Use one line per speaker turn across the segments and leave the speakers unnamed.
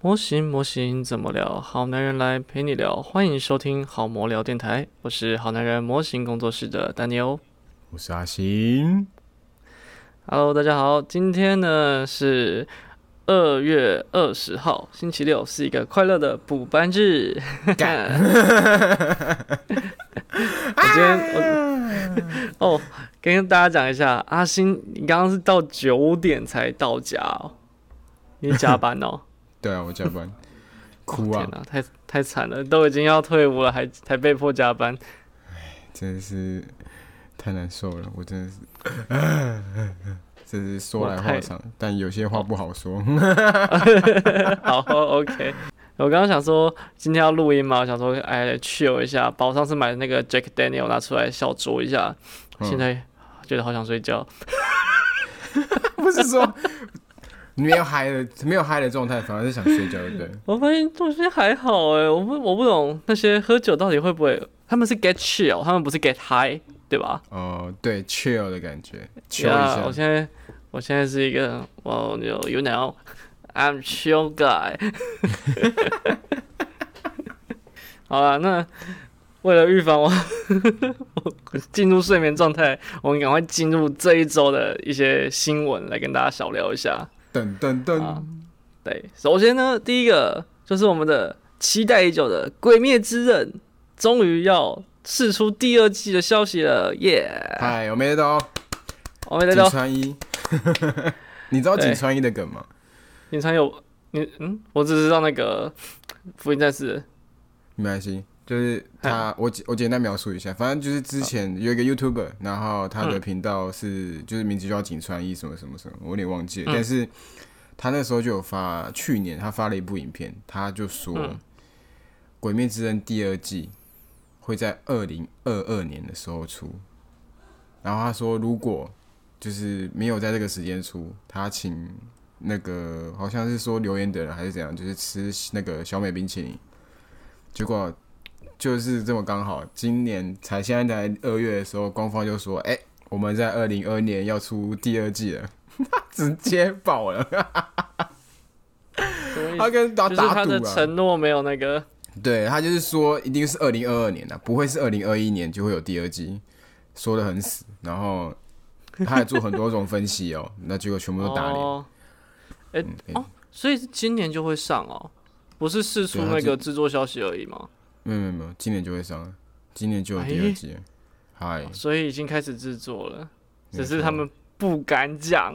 模型模型怎么聊？好男人来陪你聊，欢迎收听好魔聊电台，我是好男人模型工作室的丹尼欧。
我是阿星，
Hello，大家好，今天呢是二月二十号，星期六，是一个快乐的补班日。我今 天我哦，跟大家讲一下，阿星，你刚刚是到九点才到家哦，你加班哦。
对啊，我加 班，哭
天
啊，
哪、太太惨了，都已经要退伍了，还还被迫加班。
真的是太难受了，我真的是， 真是说来话长，但有些话不好说。
好，OK。我刚刚想说今天要录音嘛，我想说哎，chill 一下，把我上次买的那个 Jack Daniel 拿出来小酌一下。
嗯
现在觉得好想睡觉，
不是说没有嗨的，没有嗨的状态，反而是想睡觉，对不对？
我发现这些还好哎，我不我不懂那些喝酒到底会不会，他们是 get chill，他们不是 get high，对吧？
哦，对，chill 的感觉，chill
呀啊我
一下，
现在我现在是一个哇，有 you know I'm chill guy 。好了，那为了预防我我进入睡眠状态，我们赶快进入这一周的一些新闻来跟大家小聊一下。
噔噔
啊
噔，
对，首先呢，第一个就是我们的期待已久的《鬼灭之刃》终于要释出第二季的消息了，耶、
嗨，我没得到，
我们来
井
到
川一， 你知道
对
井川一的梗吗？
隐藏有你嗯，我只知道那个福音战士
没关系，就是他，
哎
我简我简单描述一下，反正就是之前有一个 YouTuber，然后他
嗯
的频道是、就是名字叫井川一什么什么什么，我有点忘记了，
嗯
但是他那时候就有发，去年他发了一部影片，他就说《
嗯
鬼灭之刃》第二季会在二零二二年的时候出，然后他说如果就是没有在这个时间出，他请那个好像是说留言的人还是怎样，就是吃那个小美冰淇淋，结果就是这么刚好，今年才现在才二月的时候，官方就说，哎、我们在二零二年要出第二季了， 直接爆了，
什么意
他
思？
跟打
就是
打
他
赌
的
啊了。
承诺没有那个，
对他就是说，一定是二零二二年的、不会是二零二一年就会有第二季，说的很死，然后他还做很多种分析哦，那结果全部都打脸。
哦，哎
嗯可以
哦，所以是今年就会上哦，不是试出
对他
那
就
个制作消息而已吗？
没有没有没有，今年就会上了，今年就有第二季
哦
了。嗨、
所以已经开始制作了，
没
只是
错
他们不敢讲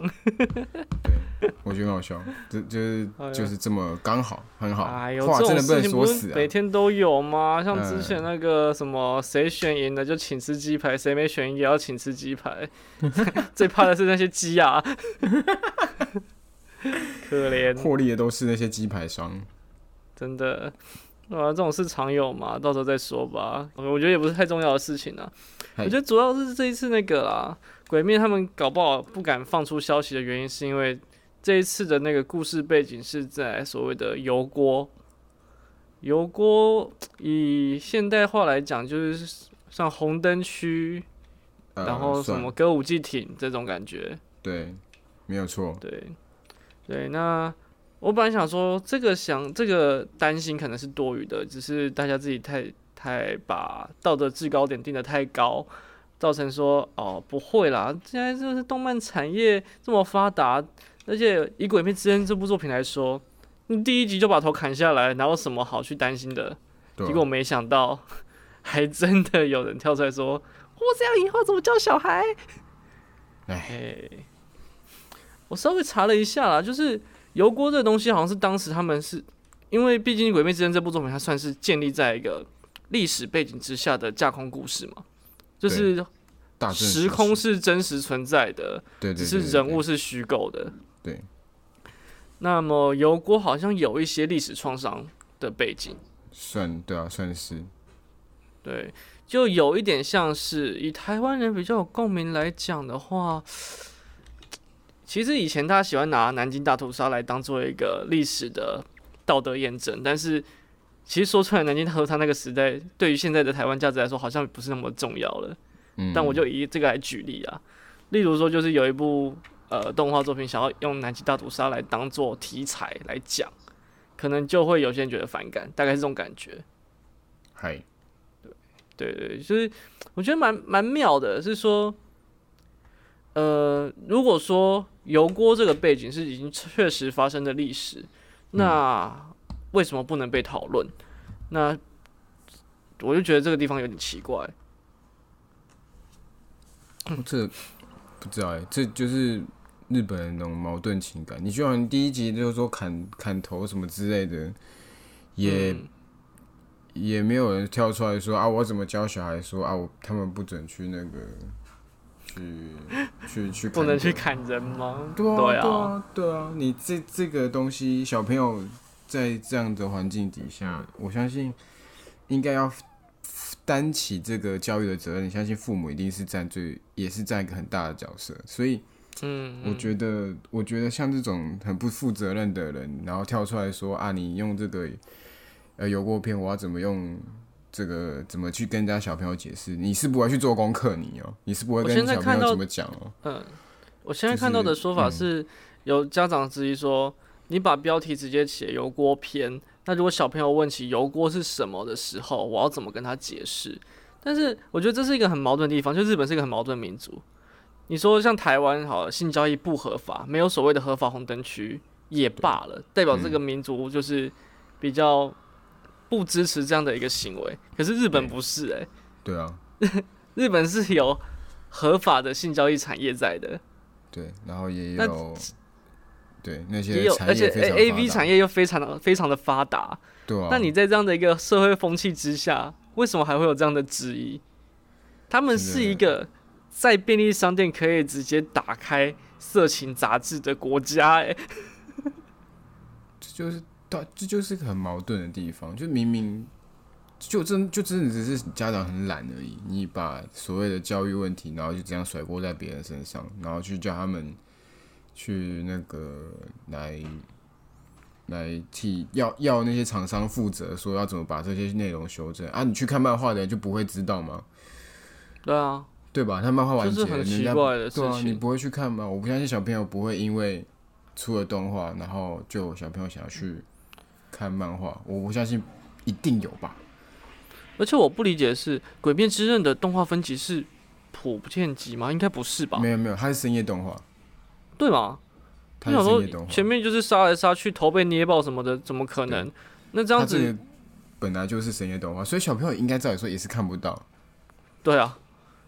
我觉得很好笑，这就是
哎呦
就是这么刚好，很好。
哎呦，
哦话
这
真
种
的不
事
能
情
说
不
死
是
啊
每！天都有吗？像之
嗯
前那个什么，谁选赢了就请吃鸡排，谁没选赢也要请吃鸡 排。 最怕的是那些鸡啊， 可怜，
获利的都是那些鸡排商。
真的。啊，这种事常有嘛，到时候再说吧。我觉得也不是太重要的事情啊。我
嗨
觉得主要是这一次那个啦，鬼灭他们搞不好不敢放出消息的原因，是因为这一次的那个故事背景是在所谓的油锅。油锅以现代化来讲，就是像红灯区，
呃、
然后什
算
么歌舞伎町这种感觉。
对，没有错。
对，对，那我本来想说这个想这个担心可能是多余的，只是大家自己太太把道德制高点定得太高，造成说哦不会啦，现在就是动漫产业这么发达，而且以《鬼灭之刃》这部作品来说，你第一集就把头砍下来，哪有什么好去担心的？
对
结果
啊，
没想到， 还真的有人跳出来说：“我这样以后怎么教小孩？”
唉
哎，我稍微查了一下啦，就是油锅这个东西，好像是当时他们是因为毕竟《鬼灭之刃》这部作品，它算是建立在一个历史背景之下的架空故事嘛，就是
大正
时空是真实存在的，
对对
只
对
是
对
人
对
物是虚构的。
对。
那么油锅好像有一些历史创伤的背景，
算对啊，算是
对，就有一点像是以台湾人比较有共鸣来讲的话，其实以前大家喜欢拿南京大屠杀来当做一个历史的道德验证，但是其实说出来南京大屠杀那个时代，对于现在的台湾价值来说，好像不是那么重要了。
嗯。
但我就以这个来举例啊，例如说，就是有一部呃动画作品想要用南极大屠杀来当做题材来讲，可能就会有些人觉得反感，大概是这种感觉。
嗨，
对对，就是我觉得蛮蛮妙的，是说，呃，如果说油锅这个背景是已经确实发生的历史，那为什么不能被讨论？那我就觉得这个地方有点奇怪。
这不知道哎、这就是日本人那种矛盾情感。你就像第一集就是说砍砍头什么之类的，也、
嗯
也没有人跳出来说啊，我怎么教小孩说啊，我他们不准去那个去去去
不能去
鬼
砍人吗？
对啊，
对
对
啊
啊，对啊，你这这个东西，小朋友在这样的环境底下，我相信应该要担起这个教育的责任。相信父母一定是占最，也是占一个很大的角色。所以
嗯，
我觉得，我觉得像这种很不负责任的人，然后跳出来说啊，你用这个呃油锅片，我要怎么用？这个怎么去跟人家小朋友解释？你是不会去做功课，你哦、你是不会
我
跟
现在
小朋
看
友
到
怎么讲哦、
嗯，我现在看到的说法是，有家长质疑说，你把标题直接写油锅篇，那如果小朋友问起油锅是什么的时候，我要怎么跟他解释？但是我觉得这是一个很矛盾的地方，就日本是一个很矛盾的民族。你说像台湾好了，性交易不合法，没有所谓的合法红灯区也罢了，代表这个民族就是比较不支持这样的一个行为。可是日本不是诶、
对啊，
日本是有合法的性交易产业在的。
对，然后也
那
有对那
也
些
有，
产
而且
业非
A A V
常发达
产业又非常的非常的发达。
对啊，
那你在这样的一个社会风气之下，为什么还会有这样的质疑？他们
真的
是一个在便利商店可以直接打开色情杂志的国家、欸，
这就是它这就是个很矛盾的地方，就明明就真就真的只是家长很懒而已，你把所谓的教育问题，然后就这样甩锅在别人身上，然后去叫他们去那个来。来替要要那些厂商负责，说要怎么把这些内容修正啊？你去看漫画的人就不会知道吗？
对啊，
对吧？他漫画完结
就
了，
是很
人
奇
家
怪的事
对啊，你
情
不会去看吗？我不相信小朋友不会因为出了动画，然后就有小朋友想要去看漫画，我我相信一定有吧。
而且我不理解的是，《鬼灭之刃》的动画分级是普遍级吗？应该不是吧？
没有没有，它是深夜动画，
对吗？
它
我
是
想
深夜动
说，
画。
前面就是杀来杀去，头被捏爆什么的，怎么可能？那这
它
样
这
子，
个本来就是深夜动画，所以小朋友应该照理说也是看不到。
对啊，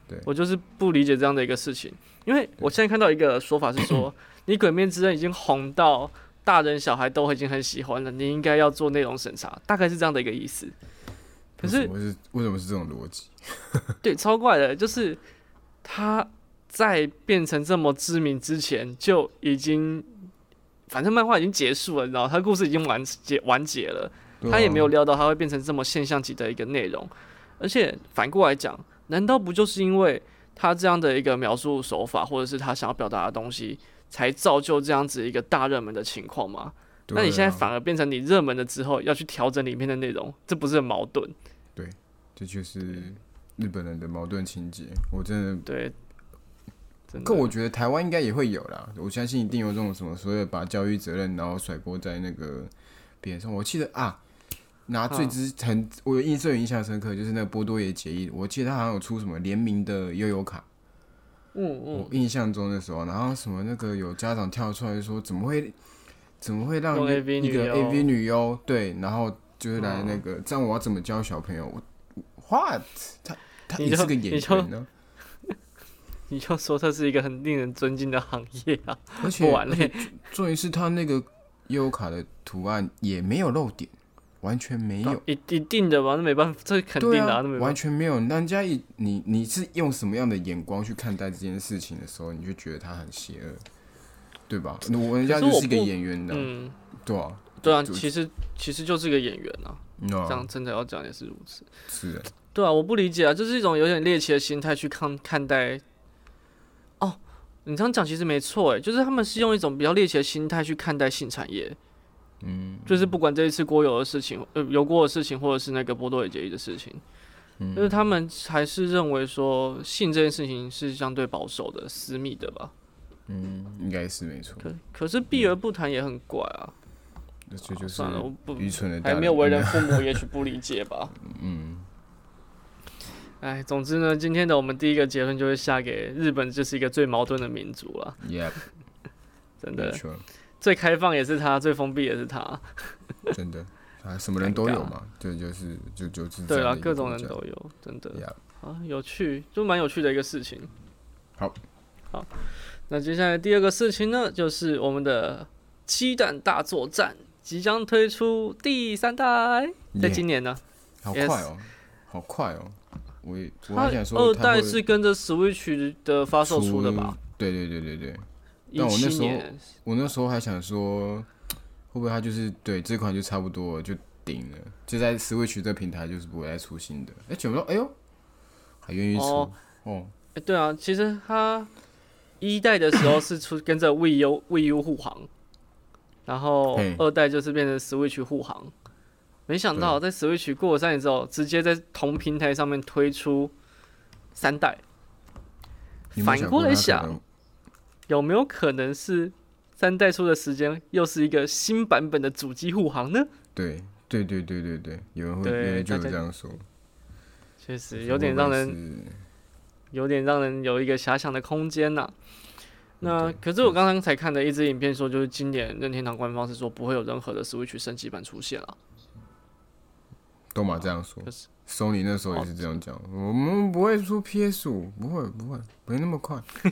对
我就是不理解这样的一个事情，因为我现在看到一个说法是 说，你《鬼面之刃》已经红到大人小孩都已经很喜欢了，你应该要做内容审查，大概是这样的一个意思。可
为
是
什么是为什么是这种逻辑？
对，超怪的，就是他在变成这么知名之前就已经，反正漫画已经结束了，你知道，他故事已经完结完结了。
对
他也
啊
没有料到他会变成这么现象级的一个内容，而且反过来讲，难道不就是因为他这样的一个描述手法，或者是他想要表达的东西，才造就这样子一个大热门的情况吗？
对
那你现在
啊
反而变成你热门了之后，要去调整里面的内容，这不是很矛盾？
这就是日本人的矛盾情节，我真的
对，真
可
的，
我觉得台湾应该也会有啦，我相信一定有这种什么所谓的把教育责任然后甩锅在那个别人上。我记得啊，拿
嗯
最之很，我有印最有印象深刻就是那个波多野结衣，我记得他好像有出什么联名的悠游卡，
嗯嗯
我，印象中的时候，啊然后什么那个有家长跳出来说怎么会怎么会让
用
一
AV
一个
女优嗯
AV 女优对，然后就是来那个、这样我要怎么教小朋友？我 what 他他
你
也是
就
个
你
演
就
员呢、
你就说这是一个很令人尊敬的行业 啊，
而且
不玩嘞，
重点是他那个优卡的图案也没有漏点，完全没有。
一一定的吧，那没办法，这哦肯定
对
的、
啊
那没，办
完
法，
全没有。人家一你你是用什么样的眼光去看待这件事情的时候，你就觉得他很邪恶，对吧？我人家
可是
就
我
是一个
不
演员的，
嗯，
对啊，
对啊，
就
其实其实就是个演员啊，
那
这样真的要讲也是如此。
是的
对啊，我不理解啊，就是一种有点猎奇的心态去看看待。哦，你这样讲其实没错诶，欸就是他们是用一种比较猎奇的心态去看待性产业，
嗯，
就是不管这一次郭友的事情，呃，油锅的事情，或者是那个波多野结衣的事情，
嗯
因为他们还是认为说性这件事情是相对保守的、私密的吧。
嗯，应该是没错。
可可是避而不谈也很怪啊。
这就是
算了，我不
愚蠢的大
还
人
没有为人父母，也许不理解吧。
嗯，
哎，总之呢，今天的我们第一个结论就是下给日本就是一个最矛盾的民族了，
嗯，Yeah，
真
没
的，
错，
最开放也是他，最封闭也是他。
真的啊，什么人都有嘛，对，就是就就是这
对
样
啦，
的一
各
个
种
国
人
家
都有，真的
Yeah
啊，有趣，就蛮有趣的一个事情。
好，
好，那接下来第二个事情呢，就是我们的鸡蛋大作战即将推出第三代，在
Yeah
今年呢，
好
Yes
快哦，好快哦！我也我
它
还想说，
二代是跟着 Switch 的发售出的吧？？
对对对对对，
一
但我那
七
时候
年，
我那时候还想说，会不会它就是对这款就差不多了就顶了，就在 Switch 这平台就是不会再出新的。哎、全部都哎呦，还愿意出
哦
哦
哎对啊，其实它一代的时候是出跟着 w i U w i U 护航，然后
嘿
二代就是变成 Switch 护航。没想到在 Switch 过了三年之后，直接在同平台上面推出三代，
你有没有
反
想
过来
它
想
可能
有没有可能是三代出的时间又是一个新版本的主机护航呢？
对对对对对对，有人会有
对
人就有
大家
这样说，
确实有点让人
人
有点让人有一个遐想的空间呐、那
嗯对
可是我刚刚才看的一支影片说，就是今年任天堂官方是说不会有任何的 Switch 升级版出现啊了。
都嘛这样说
可是。
索尼那时候也是这样讲，我们不会出 PS 五，不会不会，没那么快。
哦，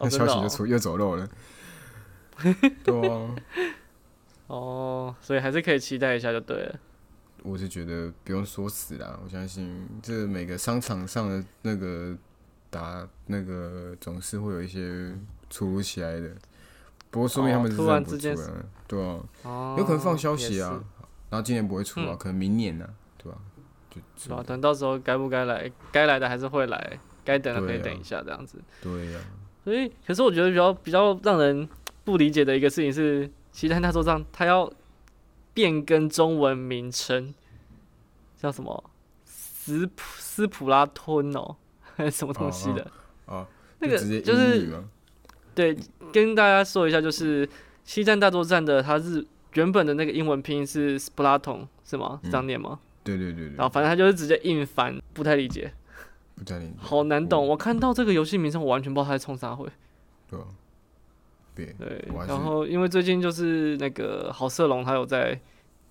那
真
消
的哦
息就出又走漏了。对啊，
哦，所以还是可以期待一下就对了。
我是觉得不用说死啦，我相信这每个商场上的那个打那个总是会有一些突如其来的，不过说明他们是真的不出
哦突然之
啊，对啊，
哦，
有可能放消息啊
也是，
然后今年不会出啊，
嗯啊
可能明年呢、对吧、就是
吧？等到时候该不该来，该来的还是会来，该等的可以
对啊
等一下这样子。
对呀、
所以，可是我觉得比较比较让人不理解的一个事情是，其实他说这样，他要变更中文名称，叫什么斯普斯普拉吞哦， 还是什么东西的？
哦，
那
直接
个就
英语
是
嘛，
对，跟大家说一下，就是《西战大作战》的，它是原本的那个英文拼音是 Splatoon 是吗？是这样念吗？
对对对
然
对，
后反正他就是直接硬翻，不太理解，
不在你
好难
嗯
懂。我看到这个游戏名称，我完全不知道他在冲啥会。
对吧、别
对
我还，是
然后因为最近就是那个郝瑟龙他有在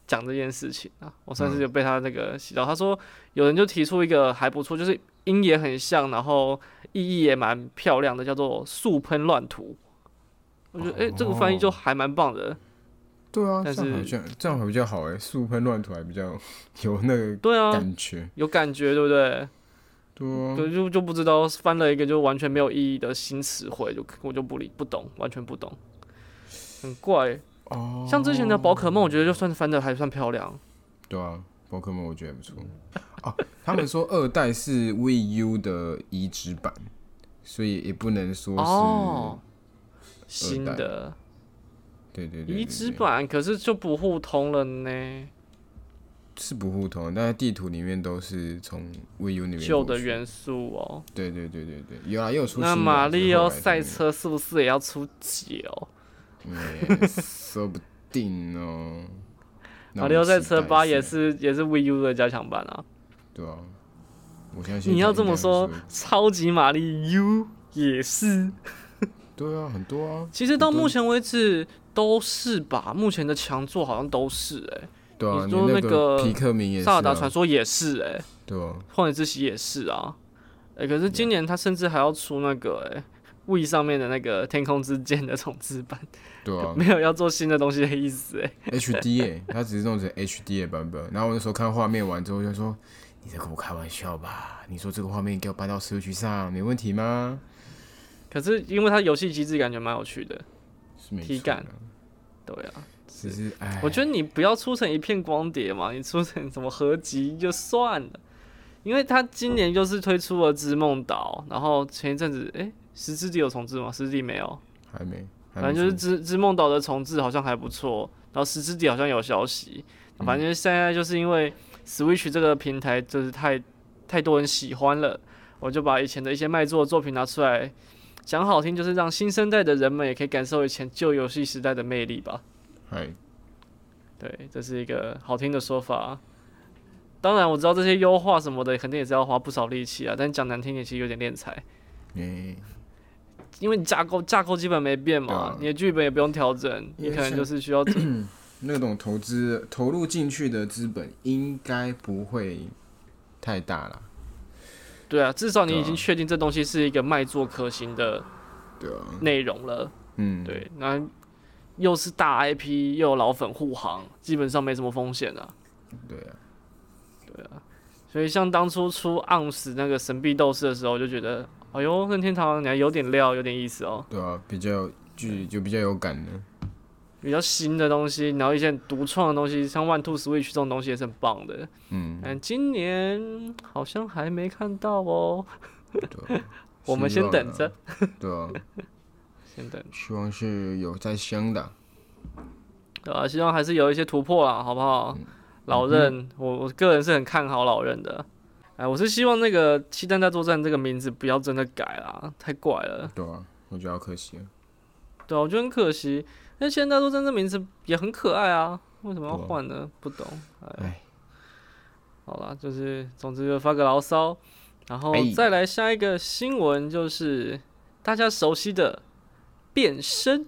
讲这件事情啊，我算是有被他那个洗到。他说有人就提出一个还不错，就是音也很像，然后意义也蛮漂亮的，叫做“速喷乱涂”。我觉得哦诶，这个翻译就还蛮棒的。
对啊，
但
这样好
是
像这样还比较好哎，速喷乱涂还比较 有那个
对啊，
感觉，
有感觉，对不对？
对啊，
嗯对，就就不知道翻了一个就完全没有意义的新词汇，就我就不理不懂，完全不懂，很怪。
哦，
像之前的宝可梦，我觉得就算翻的还算漂亮。
对啊，宝可梦我觉得还不错啊。他们说二代是 v U 的移植版，所以也不能说是，
哦，
二
新
代
的
对对对对
移植版，可是就不互通了呢。
对是不互通，但是地图里面都是从 v U 里面
旧
过
的
去，
元素哦，
对对对对对，有啊也有出新
那
的啊
马里奥
只是后
赛
来
车是不是也要出九？
就没有，嗯说不定哦。那
马
我
里
们
奥赛
期
车
待一
八
下
也是也是 VU 的加强版啊。
对啊，我相信
你要
它
这
应
么
该
说
是，
超级玛丽 U 也是。
对啊，很多啊，
其实到
很多
目前为止都是吧，目前的强作好像都是哎、
对
你
啊，你
说那
个
个
皮克明也是、
萨
啊，
尔达传说也是哎、
对啊，
旷野之息也是啊，哎、可是今年他甚至还要出那个哎、w i 上面的那个天空之剑的重置版，
对啊
没有要做新的东西的意思哎、
，HD 哎、它只是弄成 HD 的版本。然后我那时候看画面完之后就说：“你在跟我开玩笑吧？你说这个画面给我搬到 Switch 上没问题吗
可是因为它游戏机制感觉蛮有趣的，？”
是没
体
错
感
啦，
对啊，
只是哎，
我觉得你不要出成一片光碟嘛，你出成什么合集就算了，因为他今年就是推出了《织梦岛》，然后前一阵子哎，十之地有重置吗？十之地没有，
还没，还
反
没
正就是《
出
织织梦岛》的重置好像还不错，然后十之地好像有消息，反
嗯
正现在就是因为 Switch 这个平台就是太太多人喜欢了，我就把以前的一些卖座的作品拿出来。讲好听就是让新生代的人们也可以感受以前旧游戏时代的魅力吧。
哎，
对，这是一个好听的说法。当然，我知道这些优化什么的，肯定也是要花不少力气啊。但讲难听点，其实有点练才，
诶、
因为你架构架构基本没变嘛，
对啊
你的剧本也不用调整，
因
你
为
可能
像
就是需要
那种投资投入进去的资本应该不会太大啦。
对啊，至少你
对啊
已经确定这东西是一个卖座可行的
对啊，
内容了。
嗯，，
对，那又是大 IP，又有老粉护航，基本上没什么风险啊。
对啊，
所以像当初出《暗死》那个《神秘斗士》的时候，我就觉得，哎呦，任天堂你还有点料，有点意思哦，
对啊，比较剧就比较有感的。
比较新的东西，然后一些独创的东西，像 One Two Switch 这种东西也是很棒的。
嗯，
但今年好像还没看到哦，
对啊
我们先等着。
希望啊对啊，
先等，
希望是有在香的。
对啊，希望还是有一些突破啦，好不好？
嗯
老任，我我个人是很看好老任的。哎，我是希望那个《七蛋大作战》这个名字不要真的改啦，太怪了。
对啊，我觉得好可惜了。
对啊，我觉得很可惜。那《七蛋大作战》这名字也很可爱啊，为什么要
对啊
换呢？不懂。哎
哎，
好啦，就是总之就发个牢骚，然后
哎
再来下一个新闻，就是大家熟悉的变身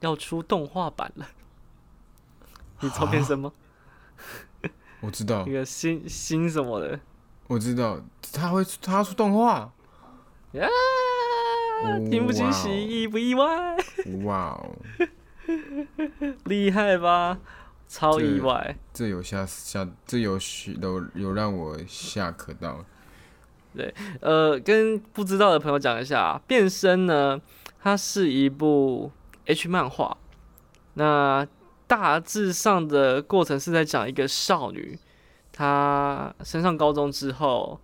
要出动画版了。 你知道
啊
变身吗？
我知道
一，个新新什么的。
我知道，他会他要出动画。
呀
哇哦
惊不惊喜，意不意外？
哇哦，
厉害吧？超
这
意外，
这有吓吓，这有许有有让我吓可到。
呃，跟不知道的朋友讲一下啊，《变身》呢，它是一部 H 漫画，那大致上的过程是在讲一个少女，她升上高中之后，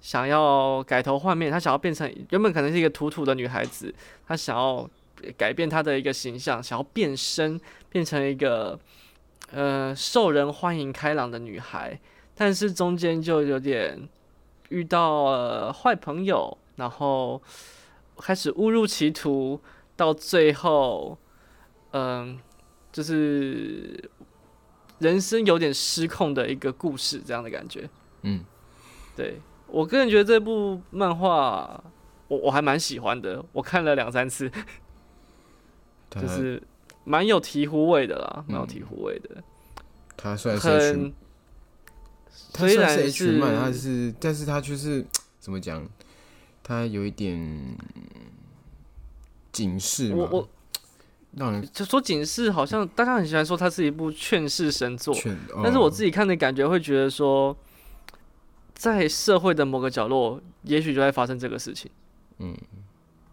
想要改头换面，她想要变成原本可能是一个土土的女孩子，她想要改变她的一个形象，想要变身变成一个呃受人欢迎开朗的女孩，但是中间就有点遇到了坏朋友，然后开始误入歧途，到最后，嗯，就是人生有点失控的一个故事，这样的感觉。
嗯，
对我个人觉得这部漫画，我我还蛮喜欢的，我看了两三次，
他
就是蛮有醍醐味的啦，蛮有醍醐味
嗯
的，
他算是 H
很。
他
虽
算
然
H 漫，他
是
是，但是他就是怎么讲，他有一点嗯警示
我
嘛，
我
让人
就说警示，好像大家很喜欢说它是一部劝世神作，
劝。嗯哦
但是我
己
自己看的感觉会觉得说，在社会的某个角落，也许就在发生这个事情。
嗯，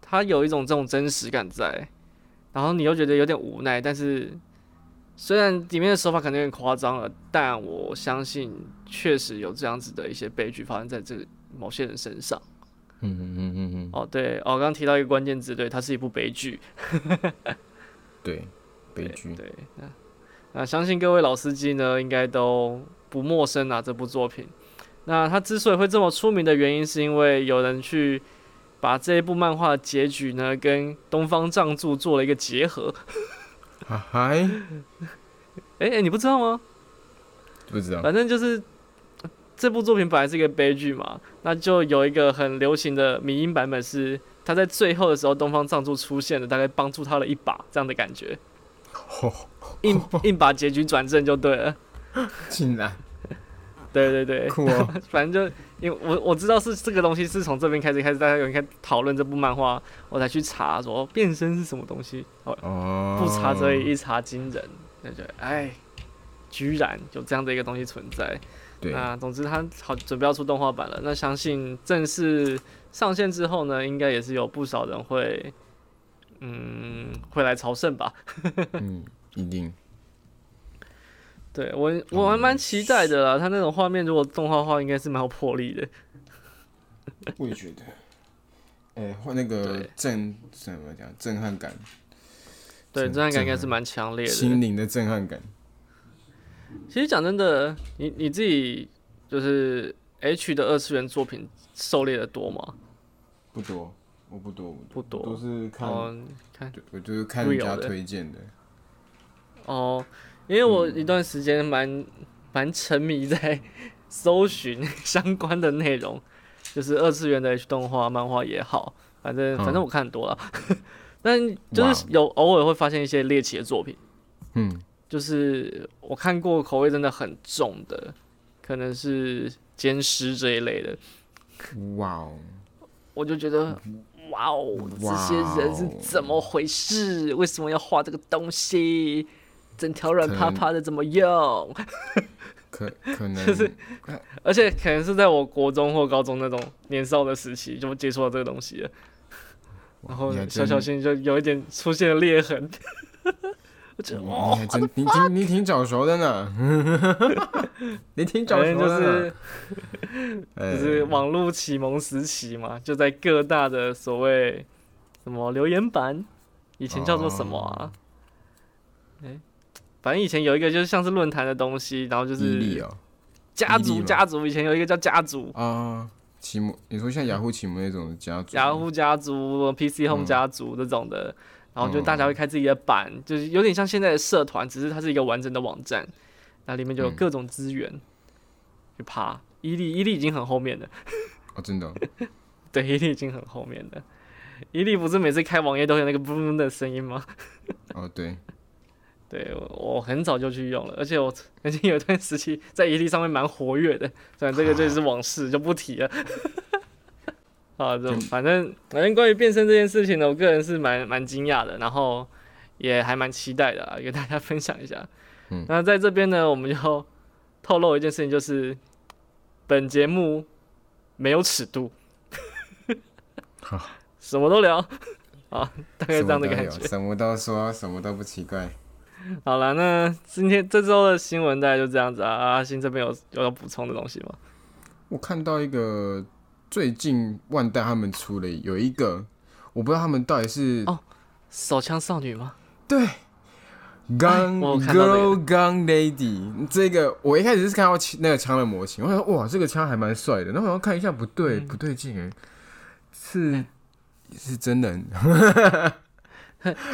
它有一种这种真实感在，然后你又觉得有点无奈，但是虽然里面的手法可能有点夸张了，但我相信确实有这样子的一些悲剧发生在这某些人身上。
嗯嗯嗯嗯嗯，
哦，对，哦，刚刚提到一个关键字，对，它是一部悲剧。
对，悲剧，
对，那那相信各位老司机呢，应该都不陌生啊这部作品。那它之所以会这么出名的原因，是因为有人去把这一部漫画的结局呢，跟东方藏柱做了一个结合。
啊嗨，
诶，诶，你不知道吗？
不知 道，
反正就是呃这部作品本来是一个悲剧嘛，那就有一个很流行的迷音版本是。他在最后的时候，东方藏柱出现了，大概帮助他了一把，这样的感觉，
吼，
硬硬把结局转正就对了。
竟然
对对对，
酷哦，
反正就因为我我知道是这个东西是从这边开始开始大家有人开始讨论这部漫画，我才去查说变身是什么东西。哦，
哦，
不查则已，一查惊人，那就哎，居然有这样的一个东西存在。
对，
那总之它好准备要出动画版了，那相信正式上线之后呢，应该也是有不少人会。嗯，会来朝圣吧？
嗯，一定，
对我，我还蛮期待的啦。它那种画面，如果动画化，应该是蛮有魄力的。
我也觉得，哎，换那个
对
震怎么讲，震撼感，
对，
真
震撼感应该
真
是蛮强烈的。
心灵的震撼感，
其实讲真的，你你自己就是 H 的二次元作品狩猎的多吗？
不多，我不多，我
不多
都是看，
哦，你看
对我就是看人
Real
家
的
推荐的。
哦，因为我一段时间蛮蛮沉迷在搜寻相关的内容，就是二次元的 H 动画、漫画也好，反正反正
嗯
我看很多了。 但就
哇哦
是有偶尔会发现一些猎奇的作品，
嗯，
就是我看过口味真的很重的，可能是奸尸这一类的，
哇哦，
我就觉
嗯
得，哇哦，这
哇
些人是
哦
怎么回事？为什么要画这个东西？整条软趴趴的怎么用？
可可能
而且可能是在我国中或高中那种年少的时期就接触到这个东西了，然后
你还
小
真
小心就有一点出现了裂痕。 我觉得
你
哦
你，还真你挺你挺早熟的呢， 哎你挺早
反正
熟
就
的
是就
呢，哎
是网络启蒙时期嘛，就在各大的所谓什么留言板，以前叫做什么
哦
啊？哎、反正以前有一个就是像是论坛的东西，然后就
毅力
是
哦
家
伊利
族
吗
家族，以前有一个叫家族，
啊，启蒙你说像雅虎启蒙那种家族，嗯
雅虎家族、PC Home 家族这种的，然后就大家会开自己的版，
嗯
就是有点像现在的社团，只是它是一个完整的网站，那里面就有
嗯
各种资源，去爬。伊利伊利已经很后面了。
哦，真的哦
对，伊利已经很后面的。伊利不是每次开网页都有那个嗡嗡的声音吗？
哦 对，
对我，我很早就去用了，而且我曾经有一段时期在伊利上面蛮活跃的，虽然这个就是往事就不提了。 啊，就反正反正关于变身这件事情呢，我个人是蛮蛮惊讶的，然后也还蛮期待的啊，跟大家 分享一下。
嗯
那在这边呢，我们就透露一件事情，就是本节目没有尺度，
好
什么都聊啊，大概
什
这样
么
的
都
感
有，
觉。
什么都说，什么都不奇怪，
好了，那今天这周的新闻大概就这样子啊。阿星这边有有要补充的东西吗？
我看到一个最近万代他们出了有一个，我不知道他们到底是
哦手枪少女吗？
对，Gun
哎我有看到这个
Girl Gun Lady 这个，我一开始是看到其那个枪的模型，我想说哇，这个枪还蛮帅的，然后我要看一下，不对，
嗯哎
不对劲哎，是是真人，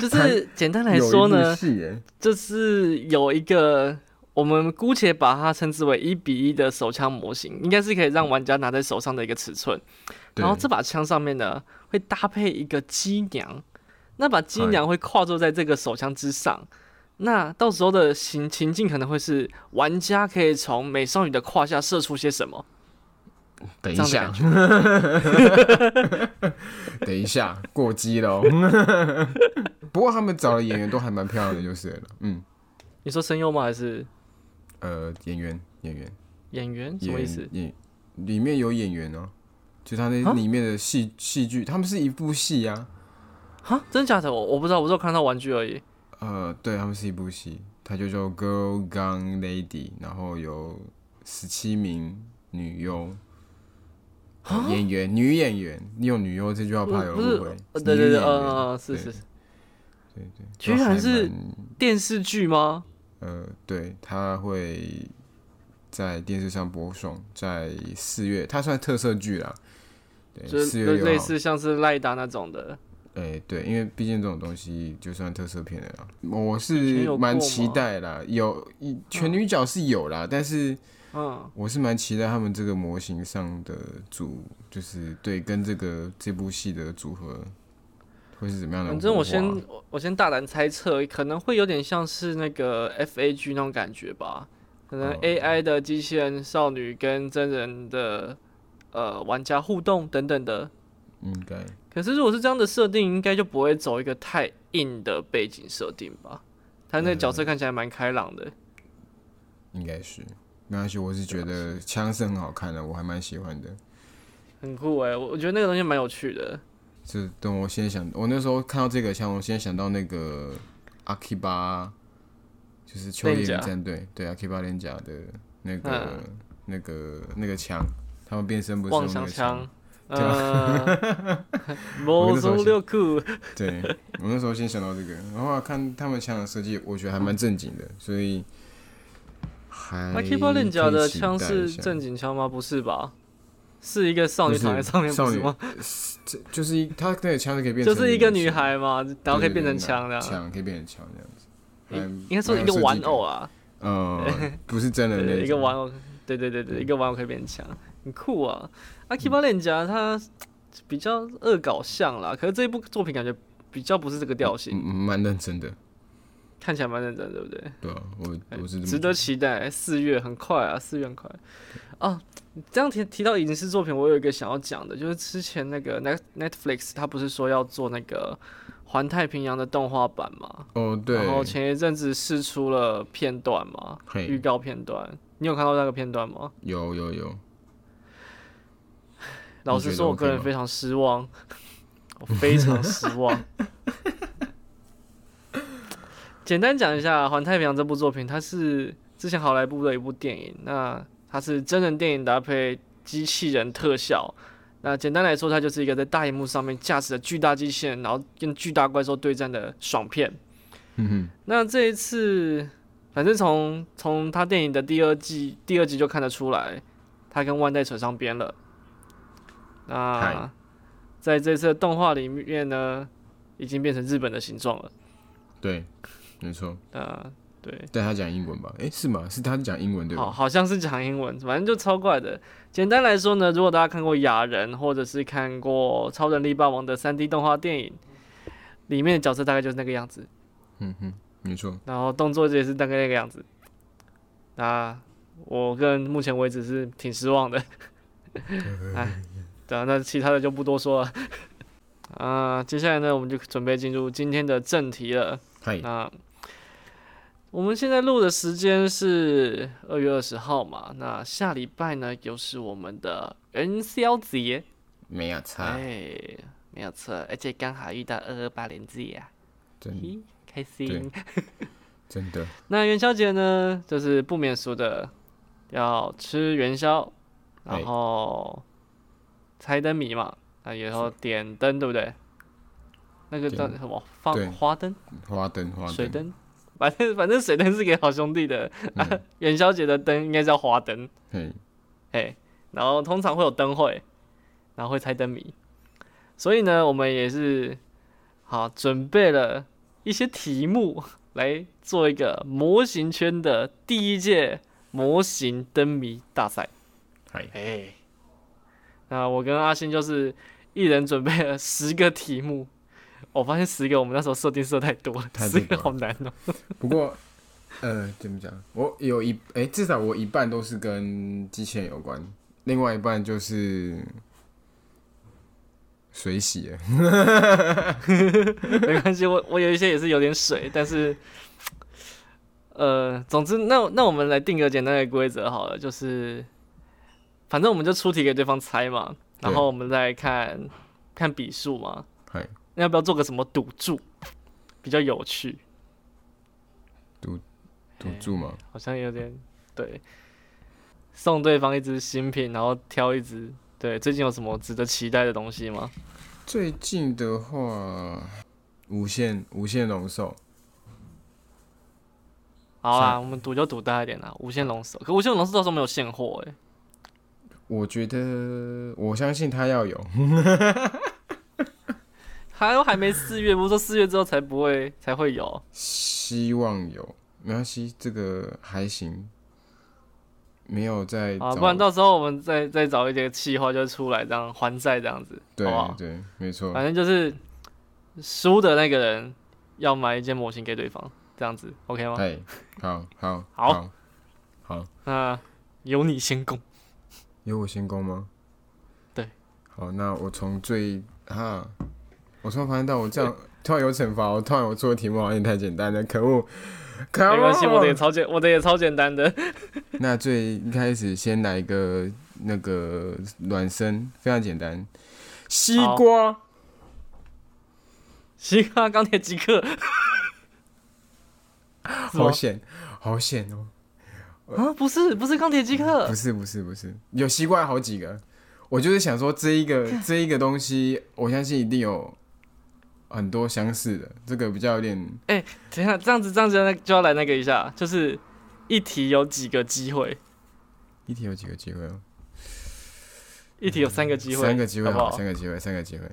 就是简单来说呢，
是哎，
就是有一个我们姑且把它称之为一比一的手枪模型，应该是可以让玩家拿在手上的一个尺寸。
对
然后这把枪上面呢会搭配一个机娘，那把机娘会跨坐在这个手枪之上。那到时候的情情境可能会是玩家可以从美少女的胯下射出些什么。
等一
这
下
样，
等一下过激了哦， 不过他们找的演员都还蛮漂亮的，就是了，嗯，
你说声优吗？还是
呃，演员演员。
演员？什么意思
演？演里面有演员哦，就他那
啊
里面的戏戏剧，他们是一部戏啊，
哈，真假的？我我不知道，我只有看到玩具而已。
呃，对，他们是一部戏，它就叫《Girl Gun Lady》，然后有十七名女优。呃演员，女演员，你有女优这句话
不
哦怕
是
有
啊不
人
是
误会。，
呃
女
对对对，
演
嗯
员
嗯嗯，是
对
是，
对对，
居
就
然
还
是
蛮
电视剧吗？
呃，对，他会在电视上播送，在四月，它算特色剧啦。
就
对，四
是
月六
类
号
似像是赖达那种的。
哎、对，因为毕竟这种东西就算特色片了啦，我
以前
是
有
蛮
过
期
吗
待啦。有一全女角是有啦，但是
嗯，
我是蛮期待他们这个模型上的组，就是对跟这个这部戏的组合会是怎么样的火花？
反正我先我我先大胆猜测，可能会有点像是那个 FAG 那种感觉吧。可能
哦
AI 的机器人少女跟真人的呃玩家互动等等的，
应该
可是如果是这样的设定，应该就不会走一个太硬的背景设定吧？他那个角色看起来蛮开朗的，
嗯应该是没关系，我是
啊
觉得枪是很好看的，我还蛮喜欢的。
很酷哎、我我觉得那个东西蛮有趣的。
就等我先想，我那时候看到这个像我先想到那个阿基巴，就是秋叶
链甲
原战队，对阿基巴连甲的那个、
嗯
那个那个枪，他们变身不是
妄
用
想
那个
枪
枪？，啊
嗯， 魔中六库，
对，我那时候先想到这个，然后啊看他们枪的设计，我觉得还蛮正经的，所以还
那 k i b o 链甲的枪
哎可
是
以期待一下
正经枪吗？不是吧？是一个少女躺在上面，
不
不
是
是吗？
这 就是一他那个枪是可以变
就
成
是一个女
女啊性，
孩嘛，然后可以变成枪
的
的。
枪可以变成枪这样子，嗯，
应该说
蛮
一
有
个
设计
玩
感
偶，啊，
呃，不是真人
对
那
对，一个
种
玩偶，对对对对，
嗯
一个玩偶可以变强，很酷啊。阿基巴链家他比较恶搞像啦，可是这一部作品感觉比较不是这个调性，
嗯，嗯蛮认真的，
看起来蛮认真，对不对？
对啊，我我是这么
哎值
觉
得期待。四月很快啊，四月很快。哦，这样提提到影视作品，我有一个想要讲的，就是之前那个 Net Netflix，它不是说要做那个《环太平洋》的动画版嘛？
哦，对，
然后前一阵子试出了片段嘛，
嘿
预告片段，你有看到那个片段吗？
有有有，
老
觉
实
得
说，我
OK
个人
吗
非常失望，我非常失 望。简单讲一下《环太平洋》这部作品，它是之前好莱坞的一部电影，那它是真人电影搭配机器人特效。那简单来说，它就是一个在大荧幕上面驾驶着巨大机器人，然后跟巨大怪兽对战的爽片。
嗯哼，
那这一次，反正从从他电影的第二季第二集就看得出来，他跟万代扯上边了。那
嗨
在这次的动画里面呢，已经变成日本的形状了。
对，没错，
那对，
但他讲英文吧？诶，是吗？是他讲英文对
好，
吧？
好像是讲英文，反正就超怪的。简单来说呢，如果大家看过《雅人》或者是看过《超人力霸王》的 3D 动画电影，里面的角色大概就是那个样子。
嗯哼，没错，
然后动作也是大概那个样子。那我个人目前为止是挺失望的，哎，对啊，那其他的就不多说了。 啊、接下来呢，我们就准备进入今天的正题了。
嗨，
那我们现在录的时间是二月二十号嘛？那下礼拜呢，又是我们的元宵节，
没有差，
哎，没有错，而且刚好遇到二二八连假呀、
真
嘿，开心
对。真的，
那元宵节呢，就是不免俗的，要吃元宵，
哎
然后猜灯谜嘛，那以后点灯对不对？那个叫
点
什么？放
对
花灯、
花灯花
水
灯，
灯，反正反正水灯是给好兄弟的。啊、
嗯
元宵节的灯应该叫花灯，
嘿，
嘿，然后通常会有灯会，然后会猜灯谜，所以呢，我们也是好准备了一些题目来做一个模型圈的第一届模型灯谜大赛。
嗨，
哎，那我跟阿星就是一人准备了十个题目。我发现十个我们那时候设定设太多了，
太
十
多
个
了
好难哦、
不过， 呃，怎么讲？我有一哎、至少我一半都是跟机器人有关，另外一半就是水洗了。
没关系，我我有一些也是有点水，但是，呃，总之，那那我们来定个简单的规则好了，就是，反正我们就出题给对方猜嘛，
对
然后我们再看看笔数嘛，
嗨，
那要不要做个什么赌注，比较有趣？
赌注嘛，
好像有点对，送对方一支新品，然后挑一支。对，最近有什么值得期待的东西吗？
最近的话，无限无限龙兽，
好啦，我们赌就赌大一点啦。无限龙手，可无限龙手到时候没有现货哎、
我觉得我相信他要有，
还有还没四月，不是说四月之后才不会才会有。
希望有，没关系，这个还行，没有在
啊，
找
不然到时候我们再再找一些气话就出来，这样还债这样子，
对
好不好？哎
对，没错，
反正就是输的那个人要买一件模型给对方，这样子 OK 吗？
哎，好好
好
好好，
那由你先攻。
有我先攻吗？
对。
好，那我从最哈，我突然发现到我这 样突然有惩罚，我突然我做的题目好像有点太简单了，可恶！可恶
没关系，我的也超简，我的也超简单的。
那最一开始先来一个那个暖身，非常简单，西瓜。
西瓜钢铁极客，是吗
好险，好险哦！
啊，不是不是钢铁极客
嗯不，是不是不是，有西瓜好几个。我就是想说，这一个 这一个东西，我相信一定有很多相似的。这个比较有点
等一下这样子这样子那就要来那个一下，就是一题有几个机会，
一题有几个机会哦？
一题有三个机会，
三个机会
好不
好，
好
三？个机会，三个机会。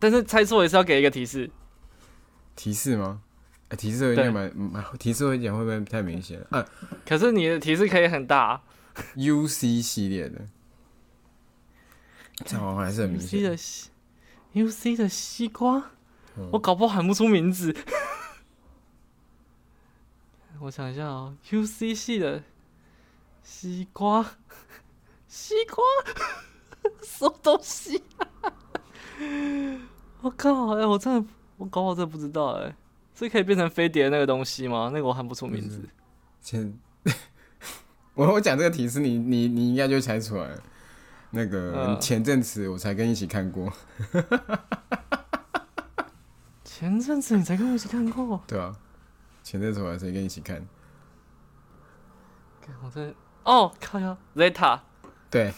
但是猜错也是要给一个提示。
提示吗？哎提示会
对
讲蛮蛮，提示会讲会不会太明显了？啊
可是你的提示可以很大啊
，UC 系列的，这好像还是很明
，UC
显。
的西，UC 的西瓜，
嗯
我搞不好喊不出名字。 我想一下哦，UC 系的西瓜，西瓜， 什么东西、啊？我靠！哎、我真的，我搞不好真的不知道哎、这可以变成飞碟的那个东西吗？那个我喊不出名字。
先， 我我讲这个提示，你你你应该就会猜出来了。那个
嗯
前阵子我才跟你一起看过，
前阵子你才跟我一起看过，
对啊，前阵子我才跟你一起看，
干我真的哦，靠呀，Zeta，
对，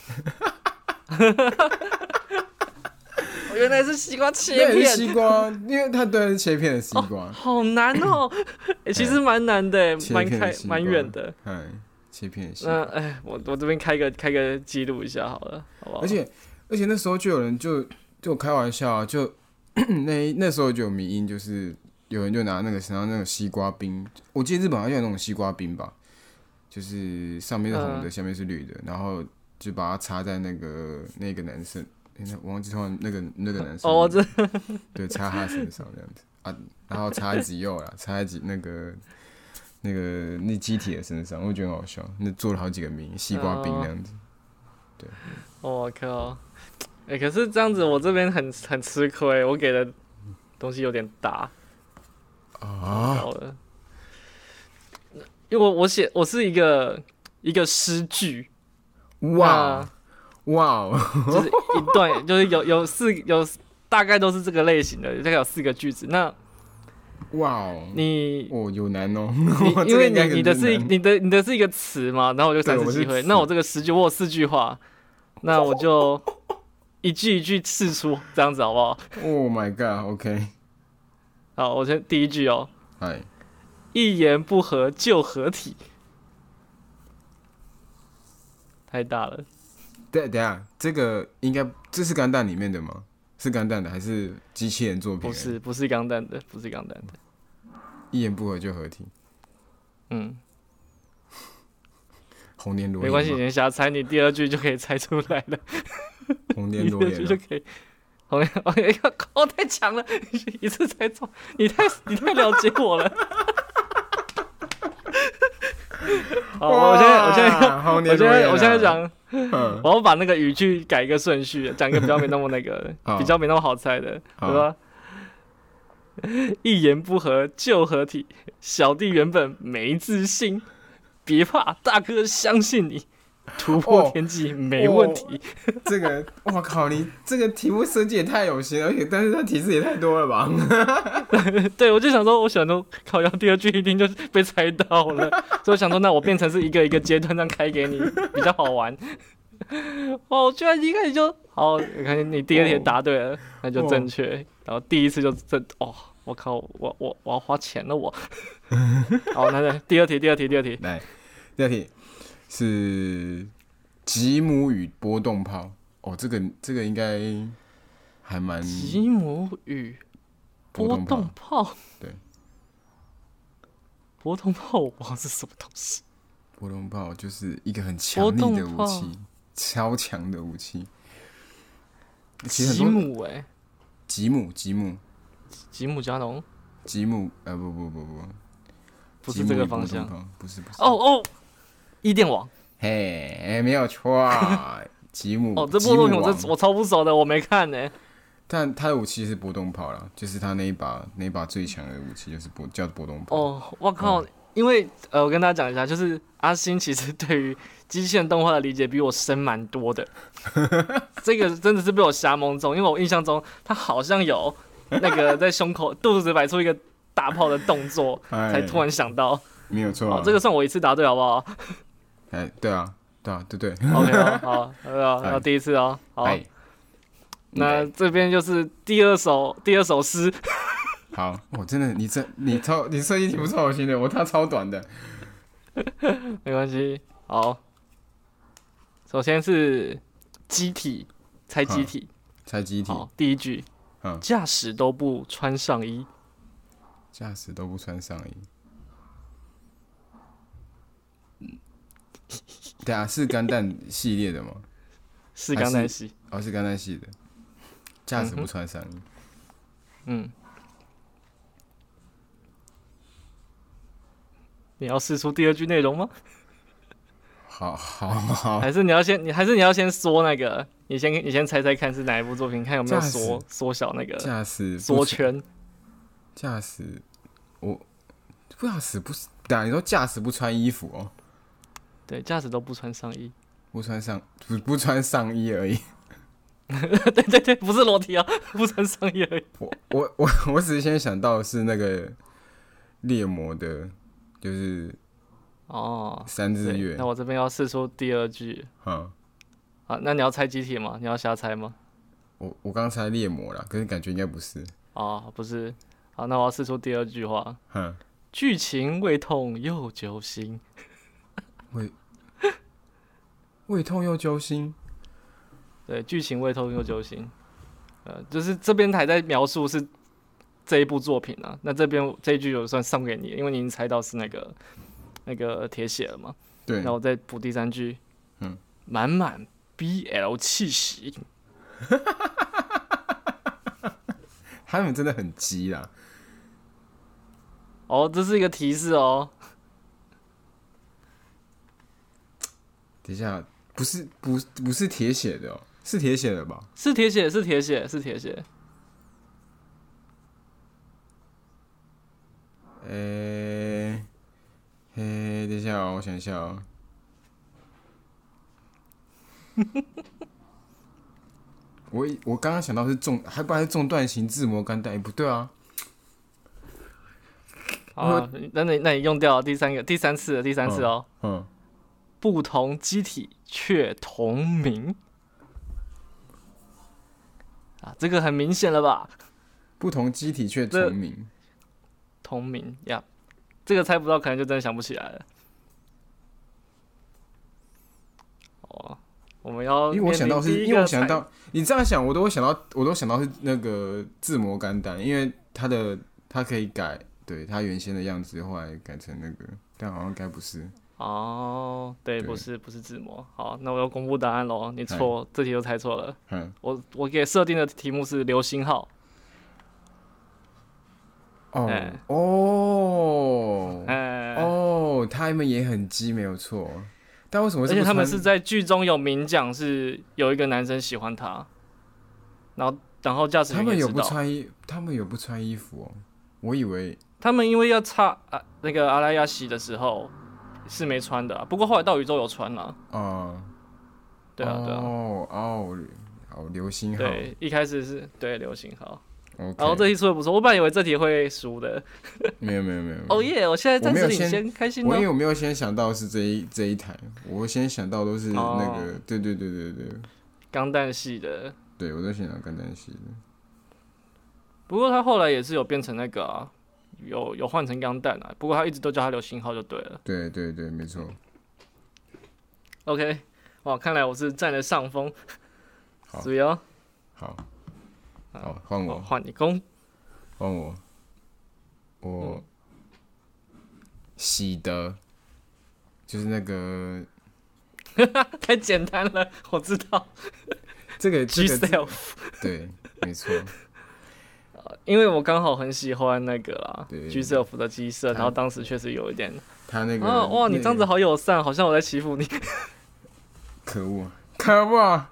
我哦原来是西瓜切
那也是
片，
西瓜，因为它对是切片的西瓜，
好难 哦，欸其实蛮难的，
切
蛮
片
开
的西瓜
蛮远的。
哎，切片的西瓜。
那哎，我我这边开个开个记录一下好了，好不好？
而且而且那时候就有人就就开玩笑、啊，就 那那时候就有迷因，就是有人就拿那个然后那个西瓜冰，我记得日本好像有那种西瓜冰吧，就是上面是红的，
嗯
下面是绿的，然后就把它插在那个那个男生，诶那我忘记他那个那个男生，
哦，我这
对，插他身上这样子啊，然后插在己右啦，插在己那个。那个那机体的身上，我觉得很好笑。那做了好几个名西瓜
哦
冰那样子，
我哦靠，哎，可是这样子我这边很很吃亏，我给的东西有点大，
啊，
好了，因为我我写我是一个一个诗句，
哇
那
哇哦，
就是一段， 就是有有四有大概都是这个类型的，大概有四个句子。那
哇哦，
你
哦有难哦，
你因为你你的是一
一
你的你的是一个词嘛，然后我就三
对我
次
是
机会。
词
那我这个十句我有四句话，那我就一句一句试出，这样子好不好？
，Oh my God，OK，
好，我先第一句哦，
哎，
一言不合就合体，太大了。
等等下，这个应该这是钢弹里面的吗？是钢弹的还是机器人作品？
不，是不是钢弹的，不是钢弹的，
一言不合就合体，
嗯，
红莲罗
没
叶
关系，你
吗，
先瞎猜，你第二句就可以猜出来了。
红
一
莲罗
个
叶
就就
吗，
可以。好嘞，哎呀，靠，太强了，一次猜中，你太你太了解我了。 好，我现在我现在
哇红
我
莲
现
罗叶
在
啦
我现在，讲，
嗯
我要把那个语句改一个顺序，讲一个比较没那么那个
好，
比较没那么好猜的，比
好
如说一言不合就合体，小弟原本没自信，别怕，大哥相信你，突破
哦
天际没问
哦
题。
这个我靠，你这个题目设计也太有心了，而且但是它提示也太多了吧？
对，我就想说，我想说，考要第二句一定就是被猜到 了，所以我想说，那我变成是一个一个阶段这样开给你，比较好玩。 哇，我居然一开始就好，我看你第二题答对了，那就正确，然后第一次就正，哦，我靠，我我我要花钱了 我。好，那那第二题，第二题，第二题，
来，第二题是吉姆与波动炮。哦，这个这个应该还蛮
吉姆与波
动炮
动炮，
对，
波动炮我不知道是什么东西。
波动炮就是一个很强力的武
波动
器，超强的武器。其实
吉
很多
姆哎、
吉姆吉姆
吉姆加农
吉姆，呃不不不不，
不
吉
是
姆
这
与
个
波
方
动
向。
炮，不是不是。
哦哦，伊甸网
嘿，哎没有 错啊，吉姆
哦，这
吉
波动
姆
拳我
王
这我超不熟的，我没看呢、
但他的武器是波动炮啦，就是他那一把那一把最强的武器就是波叫波动炮。
哦，我靠，
嗯
因为呃，我跟大家讲一下，就是阿星其实对于机器人动画的理解比我深蛮多 的，这个真的是被我瞎蒙中，因为我印象中他好像有那个在胸口 肚子摆出一个大炮的动作，
哎
才突然想到，
没有错、啊
哦，这个算我一次答对好不 好
哎，对啊，对啊，对对，
？OK，哦好，好，
哎
好，第一次哦，好，
哎，
那
嗯
这边就是第二首第二首诗，
好，我真的，你这你超你设计题目超有心的，我它超短的，
没关系。好，首先是机体，猜机体。
嗯猜机体，
好，第一句
嗯，
驾驶都不穿上衣，
驾驶都不穿上衣。对啊，是钢弹系列的吗？
是
还
刚
是
才洗，
哦，是钢弹系的，驾驶不穿上衣。
嗯。你要试出第二句内容吗？
好好好，
还是你要先你还是你要先说那个？你先你先猜猜看是哪一部作品，看有没有
驾驶
缩缩小那个
驾驶不
缩
穿
圈。
驾驶，我驾驶不是，对啊，你说驾驶不穿衣服哦，
对，驾驶都不穿上衣。
不穿上不不穿上衣而已。
对对对，不是裸体啊， 不穿上衣而已。
我我我我只是先想到的是那个猎魔的，就是
哦，
三日
对，
月
那，我这边要试出第二句
嗯，
啊，那你要猜集体吗？你要瞎猜吗？
我我刚才猎魔了，可是感觉应该不是，
哦，不是，好，那我要试出第二句话。
哼，
剧情胃痛又揪心，
胃痛又揪心，
对，剧情胃痛又揪心。呃，就是这边还在描述是这一部作品啊，那这边这一句我算送给你，因为你已经猜到是那个那个铁血了嘛。
对
那，我再补第三句，
嗯，
满满 BL 气息，
他们真的很急啦，
哦，这是一个提示哦。
等一下不是不不是铁血的哦，是铁血的吧？
是铁血，是铁血，是铁血。
诶、嘿、等一下、哦，我想一下 哦。我以我刚刚想到是中，还不然是中断型自魔钢弹，诶不对啊，
好啊，那你那你用掉第三个，第三次了，第三次哦。
嗯，
不同机体却同名啊，这个很明显了吧？
不同机体却
这
同名，
同名呀这个猜不到，可能就真的想不起来了。哦，我们要
因为我想到
面
是，
临第一
因为
个
我想
猜
到你这样想，我都会想到，我都想到是那个自魔钢弹，因为它的它可以改，对它原先的样子，后来改成那个，但好像该不是，
哦，对，
对
不是不是自模。好，那我要公布答案喽。你错，这题又猜错了。
嗯，
我我给设定的题目是流星号，
哦、
哎
哦，
哎、
哦，他们也很鸡，没有错。但为什么
而
是
且
不
他们
穿
是在剧中有明讲是有一个男生喜欢她，然后然后驾驶
他
员
们
也
有
知
不
道，
穿衣，他们有不穿衣服哦。我以为
他们因为要擦啊那个阿拉亚西的时候是没穿的啊、不过后来到宇宙有穿了，
啊，
对啊对啊，
哦哦，好流星号
对，哦一开始是对流行号，
，OK，
然后这题出的不错，我本来以为这题会输的，
没有没有没有，没有
哦耶，我现在
嗯
暂
我没
时
有
领
先
先，开心
我因为
哦，
我没有先想到是这一这一台，我先想到都是那
哦
个，对对对对对，
钢弹系的，
对我都想到钢弹系的，
不过他后来也是有变成那个、啊。有有换成钢弹啊，不过他一直都叫他流星号就对了。
对对对，没错，
OK，哇，看来我是占了上风。
好嗯
子瑶，
好，
嗯
好换
我
我
哦换你攻。
换我，哦
嗯
我喜德就是那个
太简单了，我知道。
这个
G
这个
self，
对，没错，
因为我刚好很喜欢那个啦
对
，G self 的鸡舍，然后当时确实有一点，
他那个
啊，哇，你这样子
那个
好友善，好像我在欺负你。
可恶，可恶，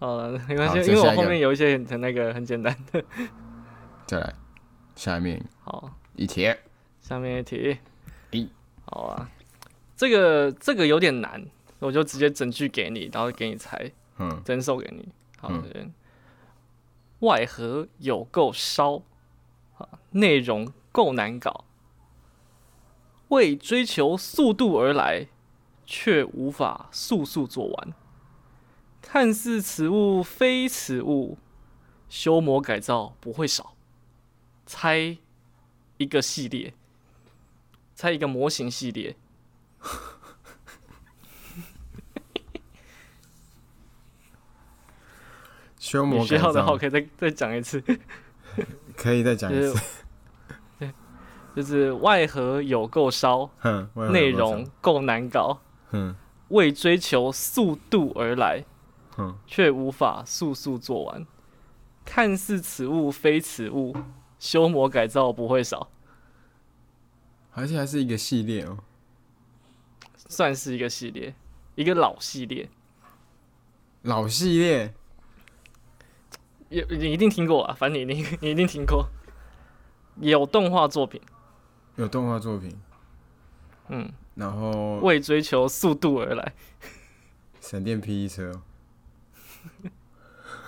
好了，没关
好
系，
再
因为我
下一个
后面有一些很很那个很简单的。
再来下面
好，
一题，
下面一题
一，
好啊，这个这个有点难，我就直接整句给你，然后给你猜。
嗯，
真送给你。好，
嗯
对外核有够烧，啊，内容够难搞，为追求速度而来，却无法速速做完。看似此物非此物，修魔改造不会少。猜一个系列，猜一个模型系列。
修
你
魔
需
改
要的话，
造
我可以再再讲一次。
可以再讲一
就是
次，
就是外核有够烧，
哼，我也 会
内
有多少
容，够难搞，
哼
为追求速度而来，
哼，
却无法速速做完。看似此物非此物，修磨改造不会少，
而且还是一个系列哦。
算是一个系列，一个老系列，
老系列，
也你一定听过啊，反正你 一定你一定听过，有动画作品，
有动画作品，
嗯，
然后
为追求速度而来，
闪电霹雳车 哦，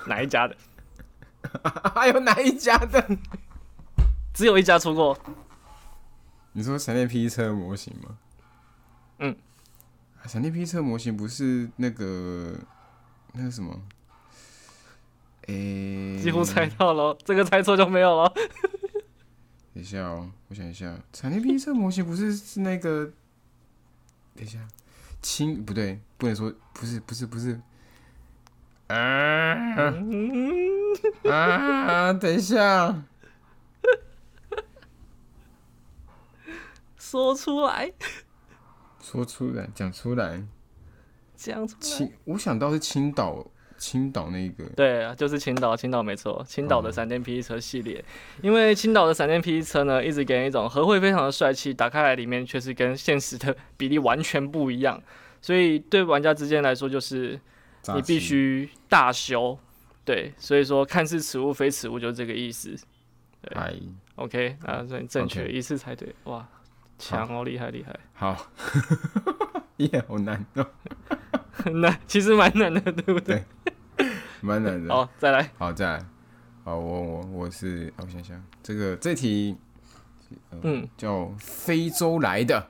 哪一家的？
还有哪一家的？
只有一家出过，
你说闪电霹雳车的模型吗？
嗯
啊，闪电霹雳车的模型不是那个那个什么？诶、
几乎猜到了，这个猜错就没有了。
等一下哦，我想一下，闪电霹雳车模型不是是那个？等一下，轻不对，不能说不是不是不是。啊
嗯，
啊！等一下，
说出来，
说出来，讲出来。
讲出来。
青，我想到是青岛，青岛那个
对啊，就是青岛，青岛没错，青岛的闪电霹雳车系列。因为青岛的闪电霹雳车呢，一直给人一种和会非常的帅气，打开来里面却是跟现实的比例完全不一样，所以对玩家之间来说，就是
炸
你必
鸡
须大修。对，所以说看似此物非此物，就是这个意思。对
哎，
OK 啊，所以正确
OK
一次猜对，哇，强哦，厉害厉害。
好， 也好难哦，
那其实蛮难的，对不对？
蛮难的。
好，再来，
好，再来，好，我我我是，啊我想想，这个这题
嗯，
叫非洲来的，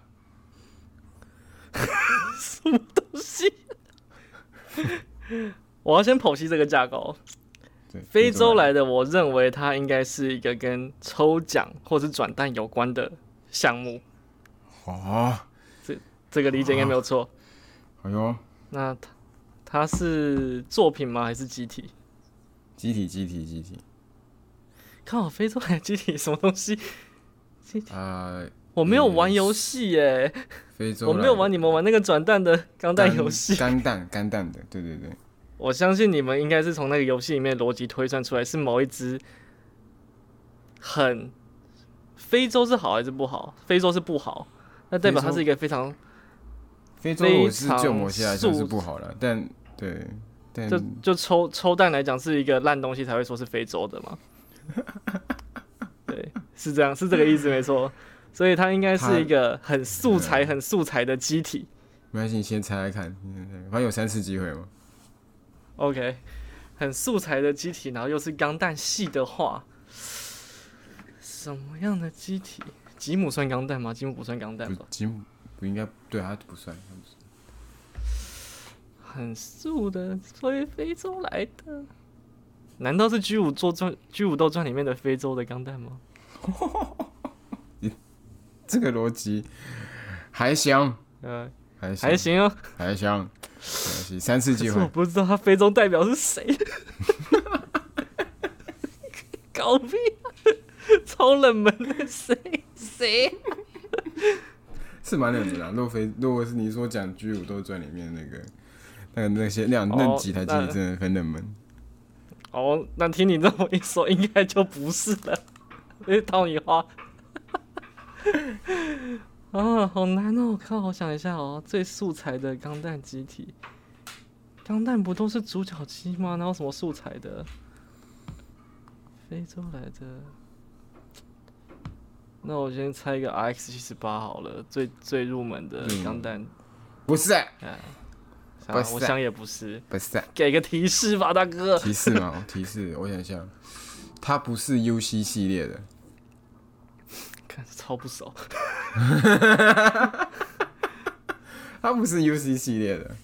我要先剖析这个架构。哦
对，
非洲来的，我认为它应该是一个跟抽奖或是转蛋有关的项目，
哦，
这个理解应该没有错。
哎呦，
那它它是作品吗？还是集体？
集体集体集体，
靠，非洲来的集体什么东西？
啊、
我没有玩游戏
嗯
耶，
非洲
我没有
来
玩
的
你们玩那个转蛋的钢弹
干
游戏。
干蛋干蛋的，对对对，
我相信你们应该是从那个游戏里面逻辑推算出来是某一只很非洲是好还是不好？非洲是不好，那代表它
非洲
是一个非常
非洲
非
我是就
常
某些来说是
素
不好了，但对，但
就就抽抽蛋来讲是一个烂东西才会说是非洲的嘛。对，是这样，是这个意思没错。所以它应该是一个很素材、很素材的机体。
没关系，你先猜猜看，你先猜反正有三次机会嘛。
OK，很素材的机体，然后又是钢弹系的话，什么样的机体？吉姆算钢弹吗？吉姆不算钢弹
不
吧。，
吉姆不应该，对他不算，他不算
很素的，所以非洲来的。难道是《居五作传》《居五斗传》里面的非洲的钢弹吗？
这个逻辑还行，
呃，
还行，
还，行哦。
还行，没关系，三次
可
机
是我
会，
不知道他非洲代表是 谁，搞屁、啊，超冷门的谁谁啊？
是蛮冷的啦。若非如果是你说讲《居武斗传》里面那个。那个那些那两那
哦
几台机
那
器真的很冷门，
哦，那听你这么一说，应该就不是了。 因为套你话。 啊，好难哦！我靠，我想一下哦，最素材的钢弹机体，钢弹不都是主角机吗？哪有什么素材的？非洲来的，那我先猜一个 RX 七十八好了，最最入门的
嗯
钢弹。
不是
啊
不是
我想也不是，
不是啊
给个提示吧，大哥。
提示嘛？我提示， 我想一下，它不是 UC 系列的，
看超不熟。
它不是 UC 系列的，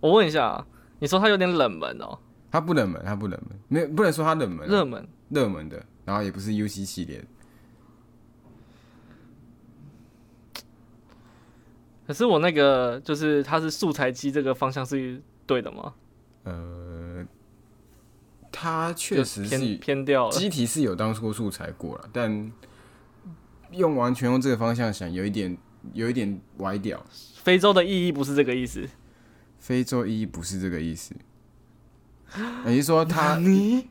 我问一下啊，你说它有点冷门哦，
它不冷门，它不冷门，没有不能说它冷门啊，
热门
热门的，然后也不是 UC 系列的，
可是我那个就是它是素材机这个方向是对的吗？
呃，它
就
确实
偏
是
偏掉了。
机体是有当过素材过了，但用完全用这个方向想，有一点有一点歪掉。
非洲的意义不是这个意思。
非洲意义不是这个 意思，你是说他
你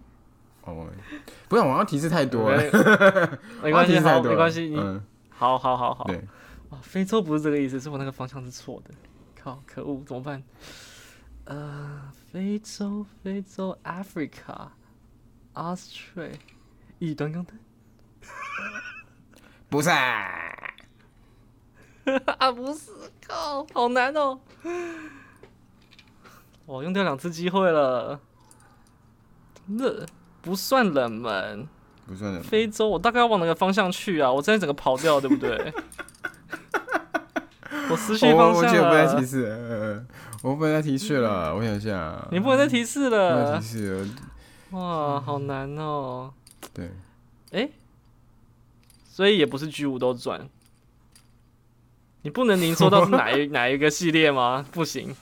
哦？不是，我要提示太多了，
没关系，
我要提示太
好，
多了
没关系，你
嗯，
好好好好。
对，
哇，非洲不是这个意思，是我那个方向是错的。靠，可恶，怎么办？呃，非洲，非洲，Africa，Australia，异端钢弹
不是啊，
啊，不是，靠，好难哦。我用掉两次机会了。那不算冷门，
不算的，
非洲，我大概要往哪个方向去啊？我这样整个跑掉，对不 对？我失去
我
方
哦我
向啊
记得不
了。
在提示，呃，我不能再提示了，我想一下，
你不能再提示
不能
了
提。示了，
哇，好难哦、
对，
所以也不是剧五都转，你不能您说到是哪 一哪一个系列吗？不行，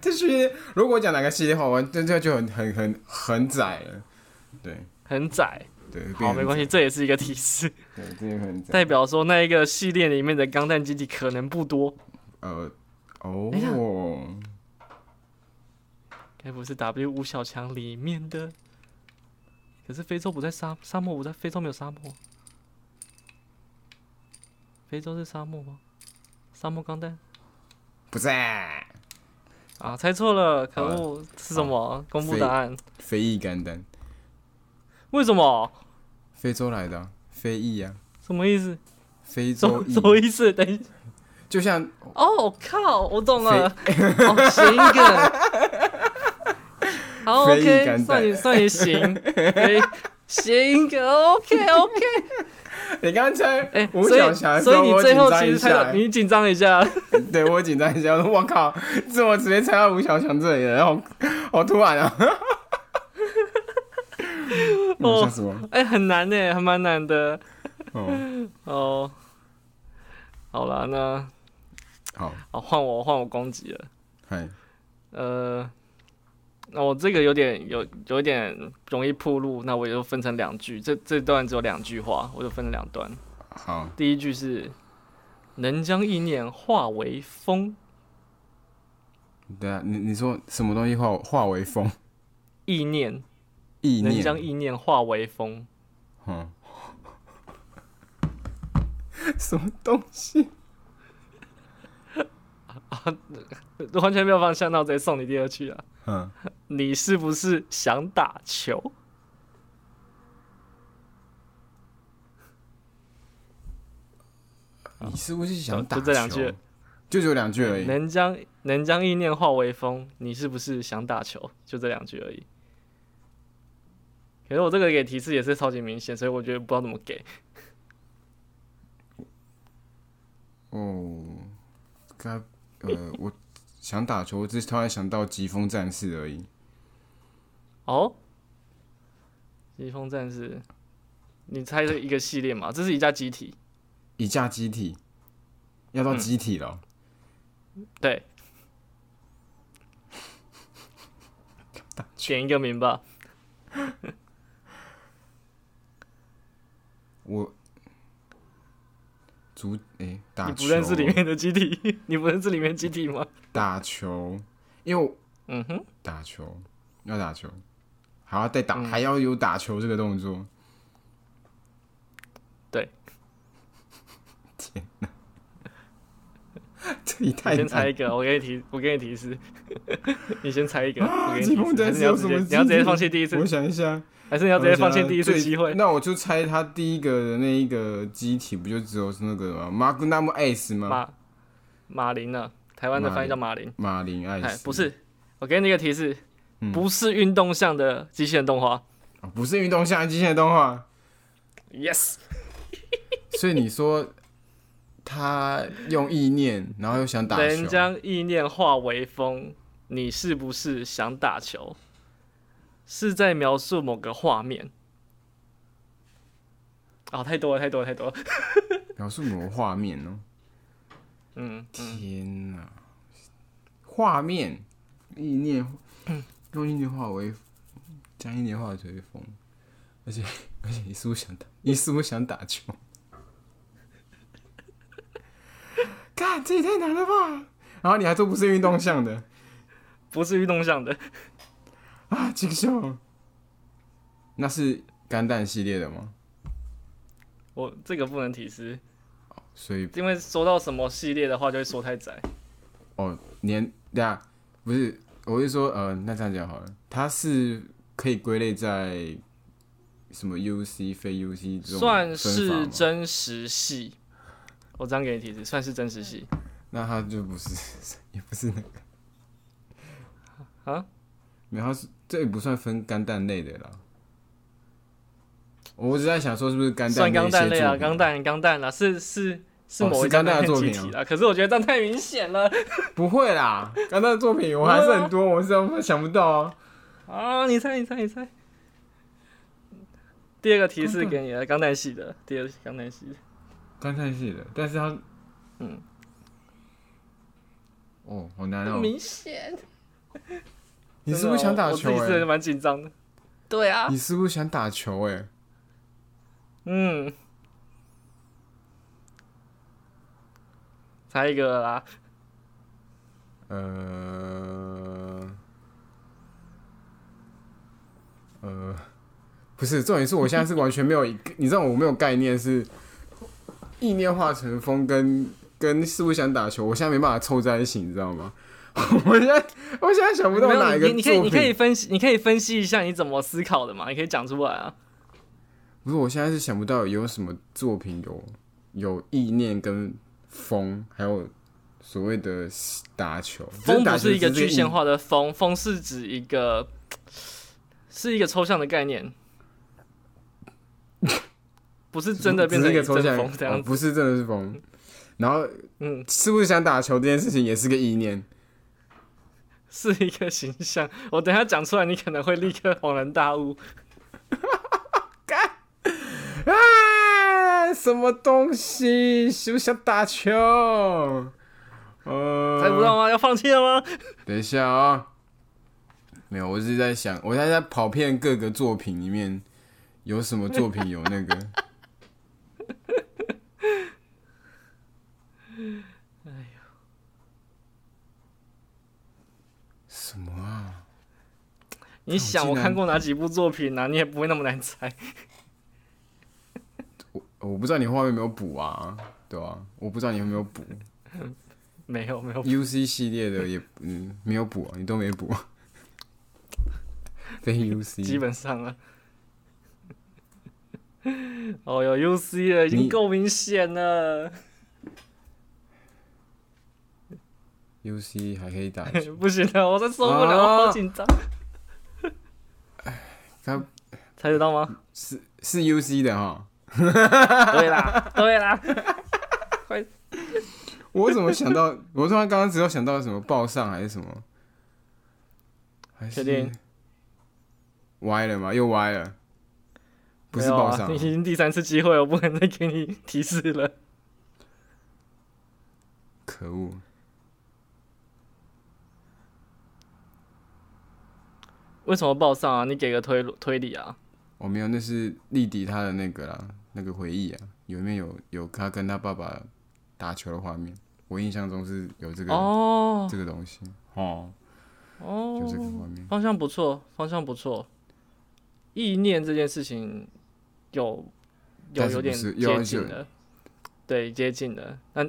这系列如果讲哪个系列的话，我这这就很很很很窄了，对
很窄。
对，
好，没关系，
系，
这也是一个提示，
对，这就很窄，
代表说那一个系列里面的钢弹基地可能不多，
呃，
等一下
哦，
该不是 W 五小强里面的？可是非洲不在沙沙漠，不在非洲没有沙漠，非洲是沙漠吗？沙漠钢弹
不是啊，
啊，猜错了，可
好了
恶，啊是什么？公布
非
答案，
非裔肝胆，
为什么？
非洲来的啊、非裔 啊，
什么意思？
非
什
洲
么
裔
什，么意思？等一下，
就像
哦，靠，我懂了，哦，行一 个，好
非裔
，OK，
敢
算
带
你算你行，可以行一个，OK OK，
你刚才，
哎、
我
所
想起来
以
的
所
时
以
候
你
我
最
紧
后
张
其
一
实猜到，
下，
你紧张了一下，
对我紧张一下，我靠，这我直接猜到吴小强这里了，然后好突 然啊！
哦
我吓死我！
哎、很难呢，还蛮难的
哦，
哦。好啦，那
好，
好换我换我攻击了，
嗨，
呃。那我这个有点有有一点容易铺路，那我就分成两句，这这段只有两句话，我就分成两段。
好，
第一句是“能将意念化为风
对啊，你你说什么东西化化为风？”，
意念
意
能将
念，
意念化为风，
嗯，什么东西？
完全没有方向。那我直接送你第二句啊！
嗯，
你是不是想打球？
你是不是想打
就这两
球
句，
就只有两句而已。
能将能将意念化为风，你是不是想打球？就这两句而已。可是我这个给提示也是超级明显，所以我觉得不知道怎么给。
哦，该呃，我想打球，我只是突然想到疾风战士而已。
哦，疾风战士，你猜这一个系列嘛？这是一家集体，
一架机体，要到
嗯
机体了哦、
对，选一个名吧。
我足诶、打
你
球，
不认识里面的基体， 你不认识里面基体吗？
打球，因为我
嗯哼，
打球要打球，还要再打，
嗯
还要有打球这个动作。
对，
天哪， 这也
你
太
先猜
难
一个，我给你提，我给你提示， 你先猜一个，我给你
疾
提
风
示。还是
战士
你要
有
直
什
接，
么
你要直
基
接
体
放弃第一
我
次，
想一下，
还是你要直接放弃第一次
最
机会？
那我就猜他第一个的那一个机体不就只有是那个吗？马古纳姆 S 吗？
马马林呢？台湾的翻译叫马林，
马林艾
哎，
斯
不是，我给你一个提示，
嗯
不是运动向的机器人动画。
哦不是运动像机械动画，
Yes，
所以你说他用意念，然后又想打
能
球，
将意念化为风，你是不是想打球？是在描述某个画面。啊、太多了，太多了，太多了。
描述某个画面哦、
嗯，
天哪、画面意念用意念化为将意念化为 风，而且而且你是不是想打？你是不是想打球？ 干这也太难了吧！然后你还做不是运动项的
不是运动项的，
啊，锦绣，那是肝胆系列的吗？
我这个不能提示，
所以
因为说到什么系列的话，就会说太窄。
哦，年对啊，不是，我是说，呃，那这样讲好了，它是可以归类在什么 UC 非 UC 这种
算
分法
是
吗
真实系。我这样给你提示，算是真实系
那它就不是， 也不是那个，
啊？
没有，它是这也不算分肝蛋类的啦。我只在想说，是不是肝
算
蛋
钢
那
弹
一些
类
作
啊，
品
钢弹钢弹啦，是是是
哦
某
是
一
钢
钢
弹
弹
的作
集
品啊
体啦。可是我觉得这样太明显了
不会啦，刚才作品我还是很多，我是想不到啊。
啊！你猜，你猜，你猜。第二个提示给你啊了，钢弹系的，第二钢弹系的。
刚才是的，但是他，
嗯，
哦，好难
很
哦。
明显。
你是不是想打球、
真的我我自己真的
欸？
蛮紧张的。对啊，
你是不是想打球、欸？哎，
嗯。猜一个啦，
呃，呃，不是，重点是我现在是完全没有一个， 你知道我没有概念是意念化成风跟跟是不是想打球，我现在没办法凑在一起，你知道吗？ 我现在我现在想不到
没有
哪一个
你你可以
作
你可以
品，
分析，你可以分析一下你怎么思考的嘛？你可以讲出来啊。
不是，我现在是想不到有什么作品有有意念跟风，还有所谓的打球，
风
打
不
球
是一个
只是
具象化的风，风是指一个是一个抽象的概念，不是真的变成
只是一个抽
阵
象
风这样
哦
子。
不是真的是风。然后
嗯，
是不是想打球这件事情也是个意念？
是一个形象。我等一下讲出来，你可能会立刻恍然大悟。
啊，什么东西？是不是想打球？呃，
猜不到吗？要放弃了吗？
等一下啊、没有，我只是在想，我现在在跑遍各个作品里面有什么作品有那个。什么啊？
你想
竟
我
然
看过哪几部作品啊？你也不会那么难猜。
我不知道你后面有没有补啊，对啊，我不知道你有没有补
没有没有，
UC 系列的也嗯没有补、啊，你都没补、 非
基
UC
本上啊。 哦，有 UC 了，已经
你
够明显了，
UC 还可以打球，
不行了，我真受不了，
啊
好紧 张。
它
猜得到吗？
是是 UC 的哈，嗯
对啦，对啦，快
我怎么想到？ 我突然刚刚只有想到什么报上还是什么，还
确定
是歪了吗？又歪了， 不是
没有
报
啊
上
你已经第三次机会，我不能再给你提示了。
可恶！
为什么报上啊？你给个推推理啊？
我、哦没有，那是丽迪她的那个啦，那个回忆啊，里面有有她跟她爸爸打球的画面，我印象中是有这个、
哦
这个东西哦，
哦
有，这个画面，
方向不错，方向不错。意念这件事情有有
但是
有
不
点
是
接
又
近了，对，接近了。那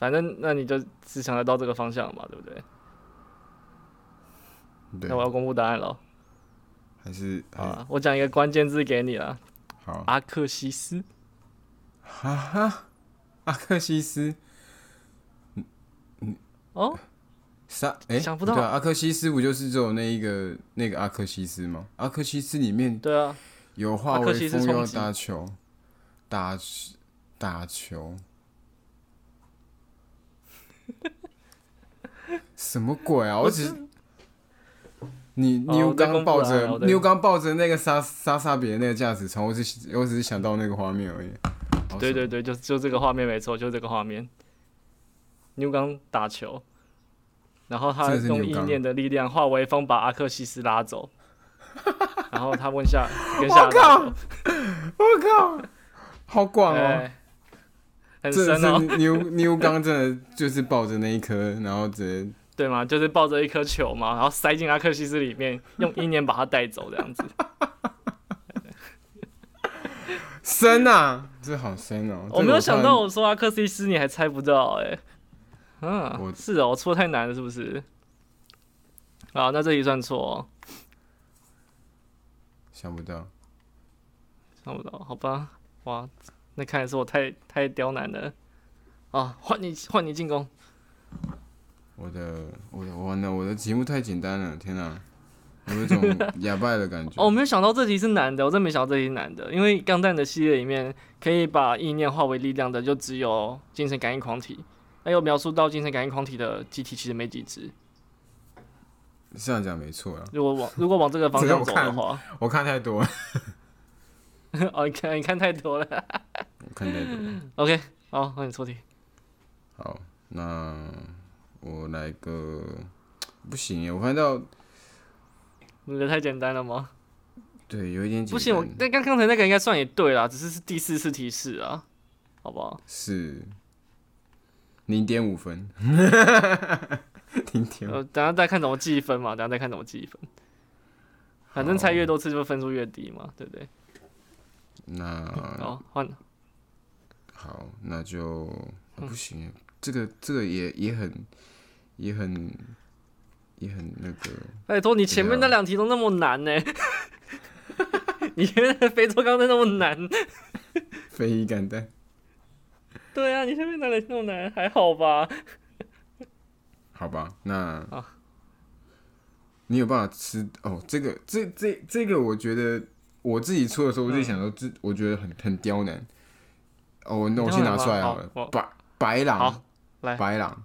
反正那你就只想得到这个方向嘛，对不对？
对
那，我要公布答案了。
还是
好
啊，
啊，我讲一个关键字给你了，
好，
阿克西斯。
哈哈，阿克西斯
哦，
啥？哎、
想不到
对啊，阿克西斯不就是只有那一个那个阿克西斯吗？阿克西斯里面
对啊，
有化
阿克
为
西斯
风
冲
要
击
打球，打球打球，什么鬼啊！我只你
哦
你又
我在
刚
公布
抱
答案
着
我在
你又刚抱着那个杀杀杀别人那个价值床，我只我只是想到那个画面而已。好
对
爽
对，对，就就这个画面没错，就这个画面。牛刚打球，然后他
真的是
用
牛
意
刚
念的力量化为风，把阿克西斯拉 走。然后他问下跟
我
下
靠，我靠，好广哦！
哎很
真的
深哦，
是 นิ้นิ้刚真的就是抱着那一颗，然后直接
对吗？就是抱着一颗球嘛，然后塞进阿克西斯里面，用意念把它带走，这样子。
深啊，这好深哦！
我没有想到，
我
我说阿克西斯你还猜不到哎、嗯、
我
是哦，我错太难了是不是？好，那这题算错、哦，
想不到，
看不到，好吧？哇，那看来是我太太刁难了啊！换你换你进攻，
我的我的完了，我的题目太简单了，天哪、有一种 哑巴的感觉。
哦，我没有想到这题是难的，我真没想到这题是难的，因为钢弹的系列里面可以把意念化为力量的就只有精神感应狂体，还有描述到精神感应狂体的机体其实没几只。
这样讲没错啊，
如果往如果往这个 方
这
向
个我
走的
看
话，
我看太多了，
哦，你看你看太多了。
我看太多了。
OK，好，换你出题。
好，那我来个不行耶，我看到
你的太简单了吗？
对有一点简单，
不行，我但刚刚才那个应该算也对啦，只是是第四次提示啊，好不好？
是零点五分， 零点
呃，等下再看怎么计分嘛，等下再看怎么计分。反正猜越多次就分数越低嘛，对不对？
那
好，换
好，那就、啊
嗯
不行耶，这个这个也也很也很也很那个，
拜哎托，你前面那两题都那么难 呢、你前面的非洲钢针那么难，
非遗感但
对啊，你前面哪里那么难？还好吧？
好吧，那
好
你有办法吃哦？这个这这这个，我觉得我自己出的时
嗯
候，我自己想说，这、我觉得很很刁难。哦，那我先拿出来好了
刁难吗好我，
白白狼
好，来
白狼。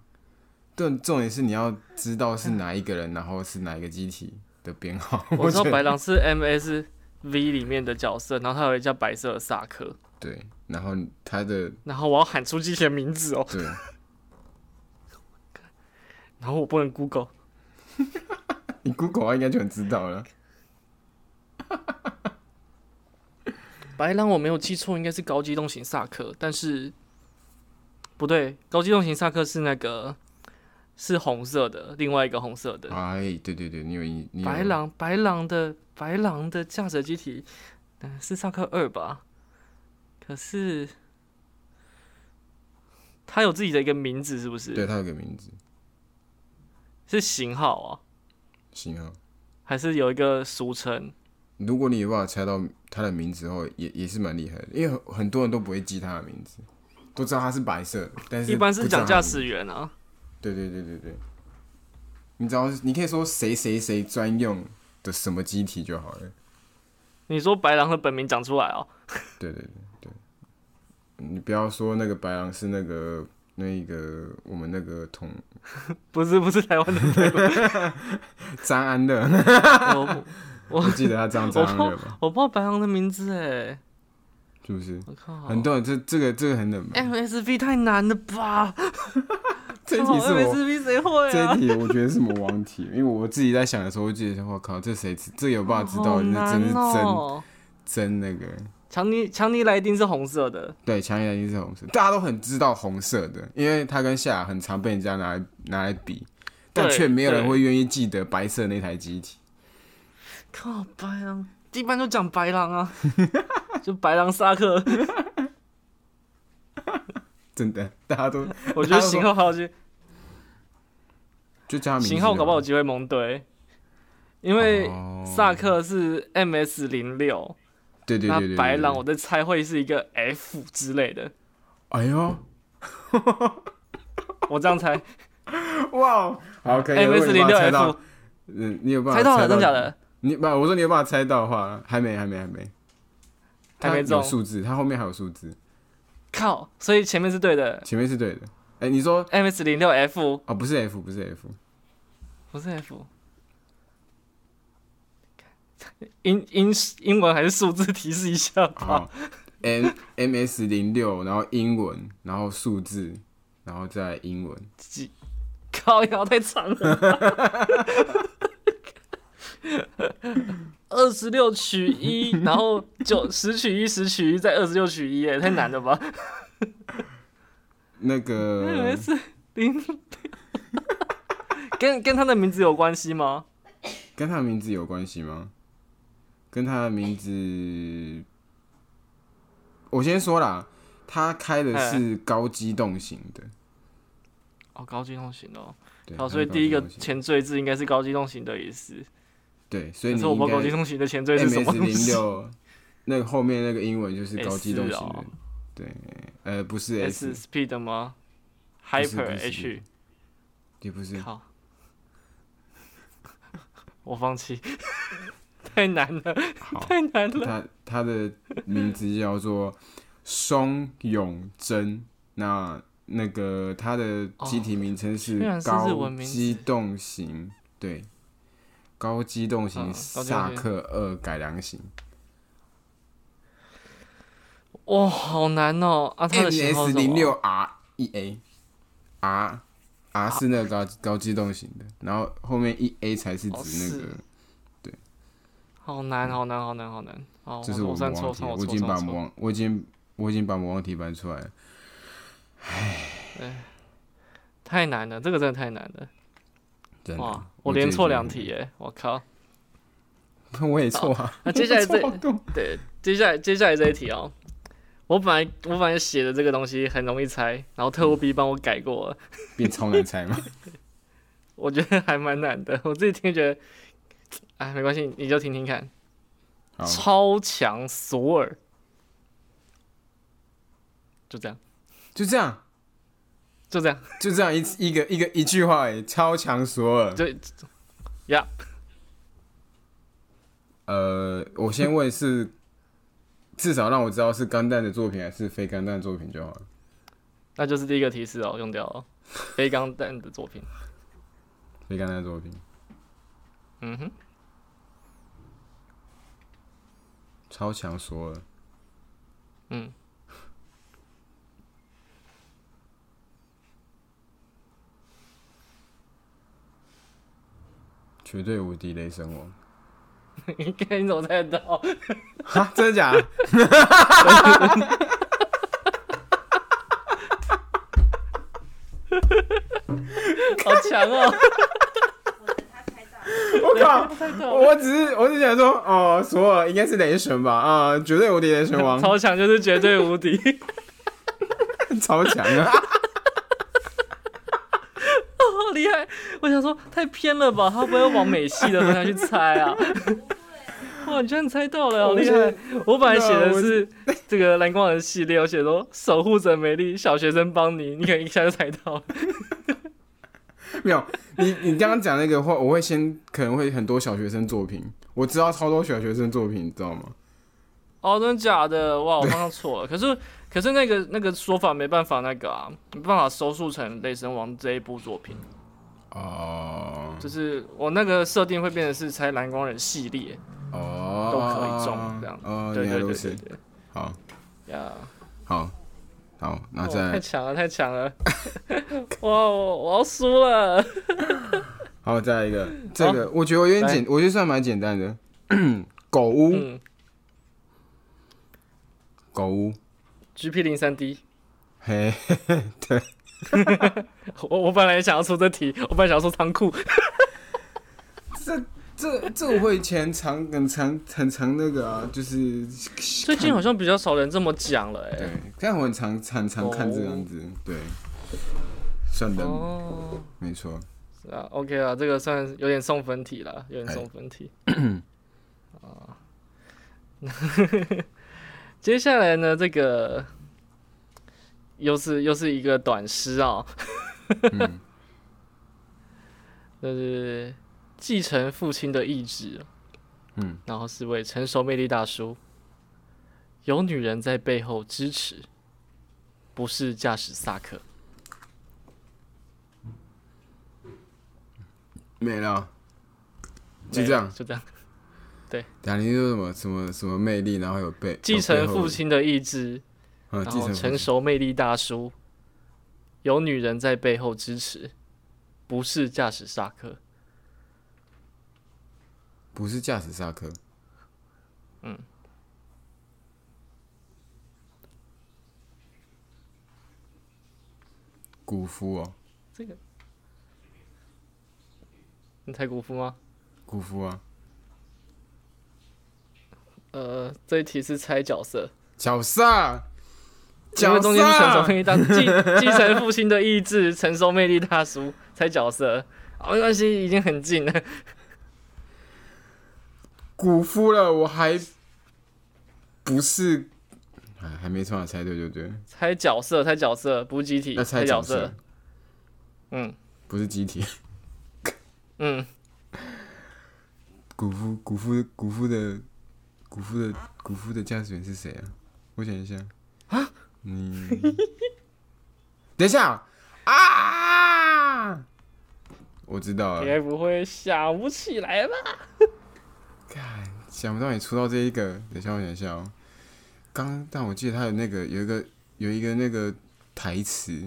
重重点是你要知道是哪一个人，然后是哪一个机体的编号。
我知道
觉得
白狼是 MSV 里面的角色，然后他有一叫白色的萨克，
对，然后他的
然后我要喊出机器的名字哦，
对，啊
然后我不能 Google。
你 Google 啊应该就很知道了。
白狼我没有记错，应该是高机动型萨克，但是不对，高机动型萨克是那个是红色的，另外一个红色的。
哎，对对对，你有印，你有
白狼，白狼的白狼的驾驶机体，嗯，是萨克二吧？可是它有自己的一个名字，是不
对
是？
他有个名字
是型号啊，
型号。
还是有一个俗称？
如果你有办法猜到他的名字后，也也是蛮厉害的，因为很很多人都不会记他的名字，都知道他是白色的，但是
一般是
不知道
讲
他
驾
的名字。
驶员啊。
对对对对对，你只要你可以说谁谁谁专用的什么机体就好了。
你说白狼的本名讲出来哦，
对对对对，你不要说那个白狼是那个那个我们那个同
不是不是台 湾的，
张安乐，
我
我记得他张张安乐吧？
我不知道白狼的名字哎，
是不是？
我靠，
很多人这这个这个 很冷门，
MSV 太难了吧？哦
这一
靠
题是我
MSV 谁会
这
啊
一？题我觉得是魔王题，因为我自己在想的时候，我就觉得我靠，这谁知这有办法知道？
好
这
难
真是真
哦。
真那个。
强尼强尼莱丁是红色的，
对，强尼莱丁是红色，大家都很知道红色的，因为它跟夏亚很常被人家拿来拿来比，但
对
却没有人
对
会愿意记得白色那台机体。
靠白狼，一般就讲白狼 啊，就白狼萨克。
真的，大家都
我觉得型号好有机，
就叫他名字
型号搞不好有
就好，
机会蒙对，因为
哦
萨克是 MS 零六，
对对对
那
对对，
白
对
狼我在猜会是一个 F 之类的，
哎呦，
我这样猜
哇，好 可以如果
MS
你有
哎零六
办法猜到
F，
嗯，你有办法
猜到了，真假？的？
你不，我说你有办法猜到的话，还没，还没，还没，
还没
它
中
有数字，它后面还有数字，
靠，所以前面是对的
前面是对的。哎、你说
，MS 零六 F
哦，不是 F，不是 F，
不是 F，英英英文还是数字提示一下吧。
好，M M S 零六，然后英文，然后数字，然后再英文，
几靠腰太长了。二十六取一，然后九十取一，十取一，再二十六取一，哎，太难了吧？
那
我以
个
为是零六，跟跟他的名字有关系吗？
跟他的名字有关系吗？跟他的名字，我先说啦，他开的是高机动型的，
哦，高机动型的哦，
对，
好，
他
所以
是
第一
高
个
机动型
前缀字应该是高机动型的意思。
对，所以
可
你
是我不
应
知道高机
该
动型的前缀是什么
M S
东
零
西。
六，那个后面那个英文就是高机动型
S 哦
的，对，呃，不是
S
S，
Speed 吗
不是
？Hyper
不是
H，
也不是，
靠， 我放弃， 太难了，
好，
太难了。
他他的名字叫做松永真，那那个他的机体名称是
哦居然是日
高
文名字
机动型，对，高机动型
嗯高机动型
萨克二改良型
哇、好难哦！啊，它的型号是
NS
什
零六
么？
R 一 A R R 是那个高高机动型的，然后后面一 A 才是
哦
指那
是
个，
好难，好难，好难，好难。好，
这是
我
我
算
们
错，
王题，
算
我
错，
已经
算
把
错。
魔王，我已经我已经把魔王题搬出来了，
太难了，这个真的太难了。
真的
哇，，我连错两
题。
题耶！我靠。
我也错啊。
那接下来这
我错
对，接下来接下来这一题哦，我本来我本来写的这个东西很容易猜，然后特务 B 帮我改过了，
变超难猜吗？
我觉得还蛮难的，我自己听觉得，哎，没关系，你就听听看。
好，
超强索尔，就这样，
就这样，
就这样，
就这样一一个一个一句话哎，超强索尔。
就呀，
呃，我先问是，至少让我知道是钢弹的作品还是非钢弹作品就好了。
那就是第一个提示哦，用掉哦，飞钢弹的作品，
非钢弹作品，
嗯哼，
超强索尔。
嗯，
绝对无敌雷神王，
你看你怎么猜得 到？
哈，真的假的？
好强哦！
我靠！
猜到
我只是我只想说，哦，索尔应该是雷神吧？啊、绝对无敌雷神王，
超强就是绝对无敌，
超强啊！
好厉害！我想说太偏了吧，他不会往美系的方向去猜啊？哇，你居然猜到了，好啊厉害！我本来写的是这个蓝光人系列，我写说守护者美丽小学生邦尼，你可能一下就猜到了。
没有，你你刚刚讲那个话，我会先可能会很多小学生作品，我知道超多小学生作品，你知道吗？
哦，真的假的？哇，我方向错了。可是可是那个那个说法没办法那个啊，没办法收束成《雷神王》这一部作品，
哦
就是我那个设定会变成是猜蓝光人系列，
哦
都可以中这样
哦，
对
原来
对
如
对
此
对对，
好
呀。
好好，那
哇
再
太
来
强了，太强了！ 哇，我我要输了。
好再来一个，这个我觉得我有点简，我觉得算蛮简单的。 狗屋，
嗯
狗屋，
，GP 零三 D，
嘿，
我我本来也想要出这题，我本来想要出仓库。
这这这我会以前常很常很常那个啊，就是
最近好像比较少人这么讲了、
对
哎。，
但我很常常常看这样子，对，算的
哦，
没错。
是啊，OK 啊，这个算有点送分题了，有点送分题。啊， 接下来呢，这个又是又是一个短诗啊、
嗯
就是继承父亲的意志，
嗯，
然后是位成熟魅力大叔，有女人在背后支持，不是驾驶萨克。
没了，就
没
这
了
样。
就这样。
贾玲说什么什么什么魅力，然后有被
继承父，亲哦的意志，
有背后的嗯，
然
继
后
承
成
父亲，
熟魅力大叔，有女人在背后支持，不是驾驶萨克。
不是驾驶萨克，
嗯
古夫哦，
这个，你猜古夫吗？
古夫啊，
呃，这一题是猜角色，
角色，
因
角
为中间是成熟
色
魅，力大继继承父亲的意志，成熟魅力大叔猜角色。啊，没关系，已经很近了。
古夫了，我还不是，哎，还没办法猜对，对不对？
猜角色，猜角色，补集体，
要猜
角
角色，
嗯
不是机体。
嗯，
古夫，古夫，古夫的，古夫的，古夫的驾驶员是谁啊？我想一下啊，你等一下啊！我知道
你
了，
该不会想不起来吧？
看想不到你出到这一个，等一下我想一下哦。刚，但我记得他有那个有一个有一个那个台词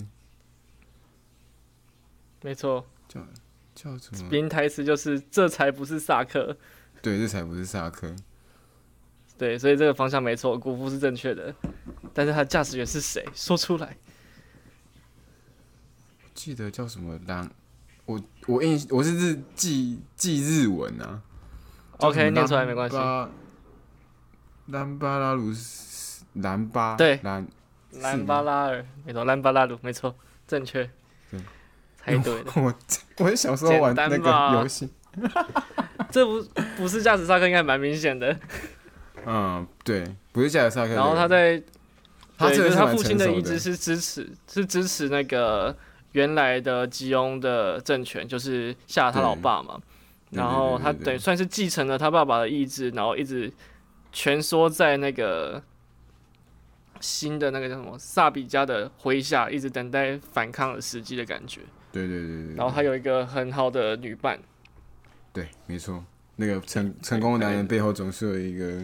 没错，
叫叫什么？
边台词就是这才不是萨克。
对，这才不是萨克。
对，所以这个方向没错，古夫是正确的，但是他驾驶员是谁？说出来。
记得叫什么狼，我我印我是日记记日文啊。叫什
OK，
么
念出来没关系
兰。巴。兰巴拉鲁斯，兰巴
对
兰
兰巴拉尔，没错，兰巴拉鲁，没错，正确
对，。
猜对了
我我小时候玩那
简单吧
个游戏，
这不不是驾驶萨克，应该蛮明显的。
嗯，对，不是加尔萨克的。
然后他在，
他
对，
这
就
个
是
是
他
蛮
父亲
成熟
意志是支持，是支持那个原来的吉翁的政权，就是下他老爸嘛。
对对对
然后他
对对
等于算是继承了他爸爸的意志，然后一直蜷缩在那个新的那个叫什么萨比家的麾下，一直等待反抗的时机的感觉。
对对对对。
然后他有一个很好的女伴。
对，没错，那个成成功的男人背后总是有一个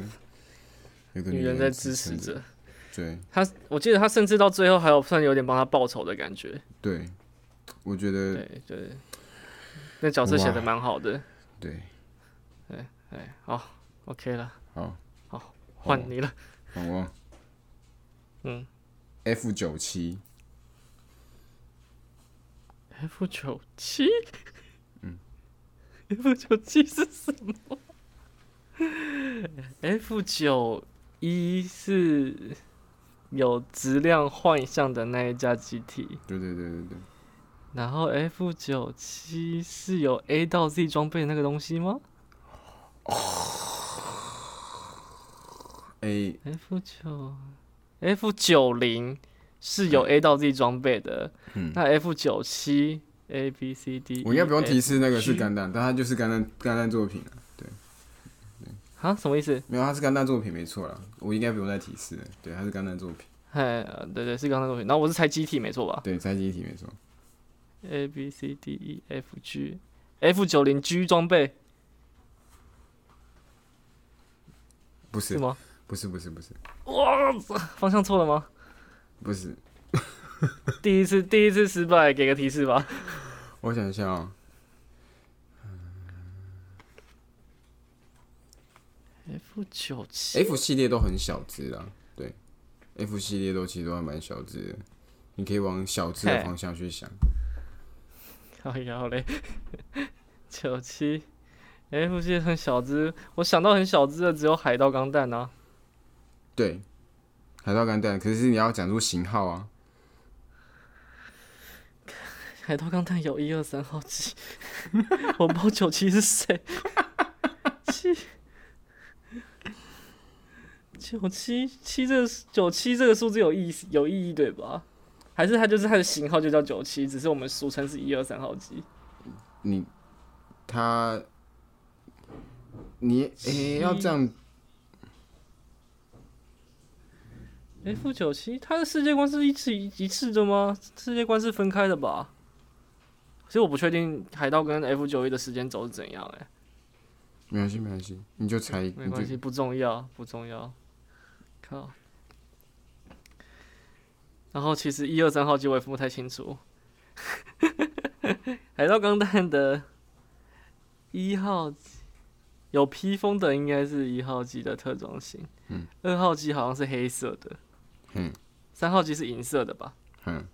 有个
女人在支持
撑着。
着
对
他，我记得他甚至到最后还有算有点帮他报仇的感觉。
对，我觉得
对对，那角色写的蛮好的。
对，
哎，好，OK 了，
好，
换你了。
好我
嗯
F 九七，
F 九七，嗯，F 九七是什么？F 九一是有质量幻象的那一家集体，
对对对对对，
然后 F 九七是有 A 到 Z 装备的那个东西吗
A
？F 九 F 九零是有 A 到 Z 装备的，
嗯
那 F 九七 A B C D，E
我应该不用提
E，F
示那个是肝蛋，但它就是肝蛋肝蛋作品啊。
啊，什么意思？
没有，它是肝蛋作品没错啦，我应该不用再提示了。对，它是肝蛋作品，
哎，呃对对，是刚刚那个东西。然后我是猜机体没错吧
对，猜记忆题没错。
？A B C D E F G F 九零 G 装备
不
是
是，
吗？
不是，不是，不是，
哇，方向错了吗？
不是。
第一次第一次失败，给个提示吧。
我想一下哦，
F 九七
F 系列都很小只啦，对，F 系列都其实都还蛮小只的，你可以往小只的
嘿
方向去想。
靠腰哎嘞，九七 F 系很小只，我想到很小只的只有海盗钢弹啊。
对，海盗钢弹，可是你要讲出型号啊。
海盗钢弹有一二三号机，我不知道九七是谁。七九七七这个九七这个数字有意思有意义对吧？还是它就是它的型号就叫九七，只是我们俗称是一二三号机。
你他你诶、要这样
F 九七它的世界观是一次一一次的吗？世界观是分开的吧？其实我不确定海盗跟 F 九一的时间轴是怎样哎、
没关系没关系，你就猜，
没
你
关
就
系，不重要，不重要。靠。然后其实一二三号机我也分不太清楚。 海盗钢弹的一号机有披风的应该是一号机的特种型，
嗯，
二号机好像是黑色的，
嗯
三号机是银色的吧
嗯。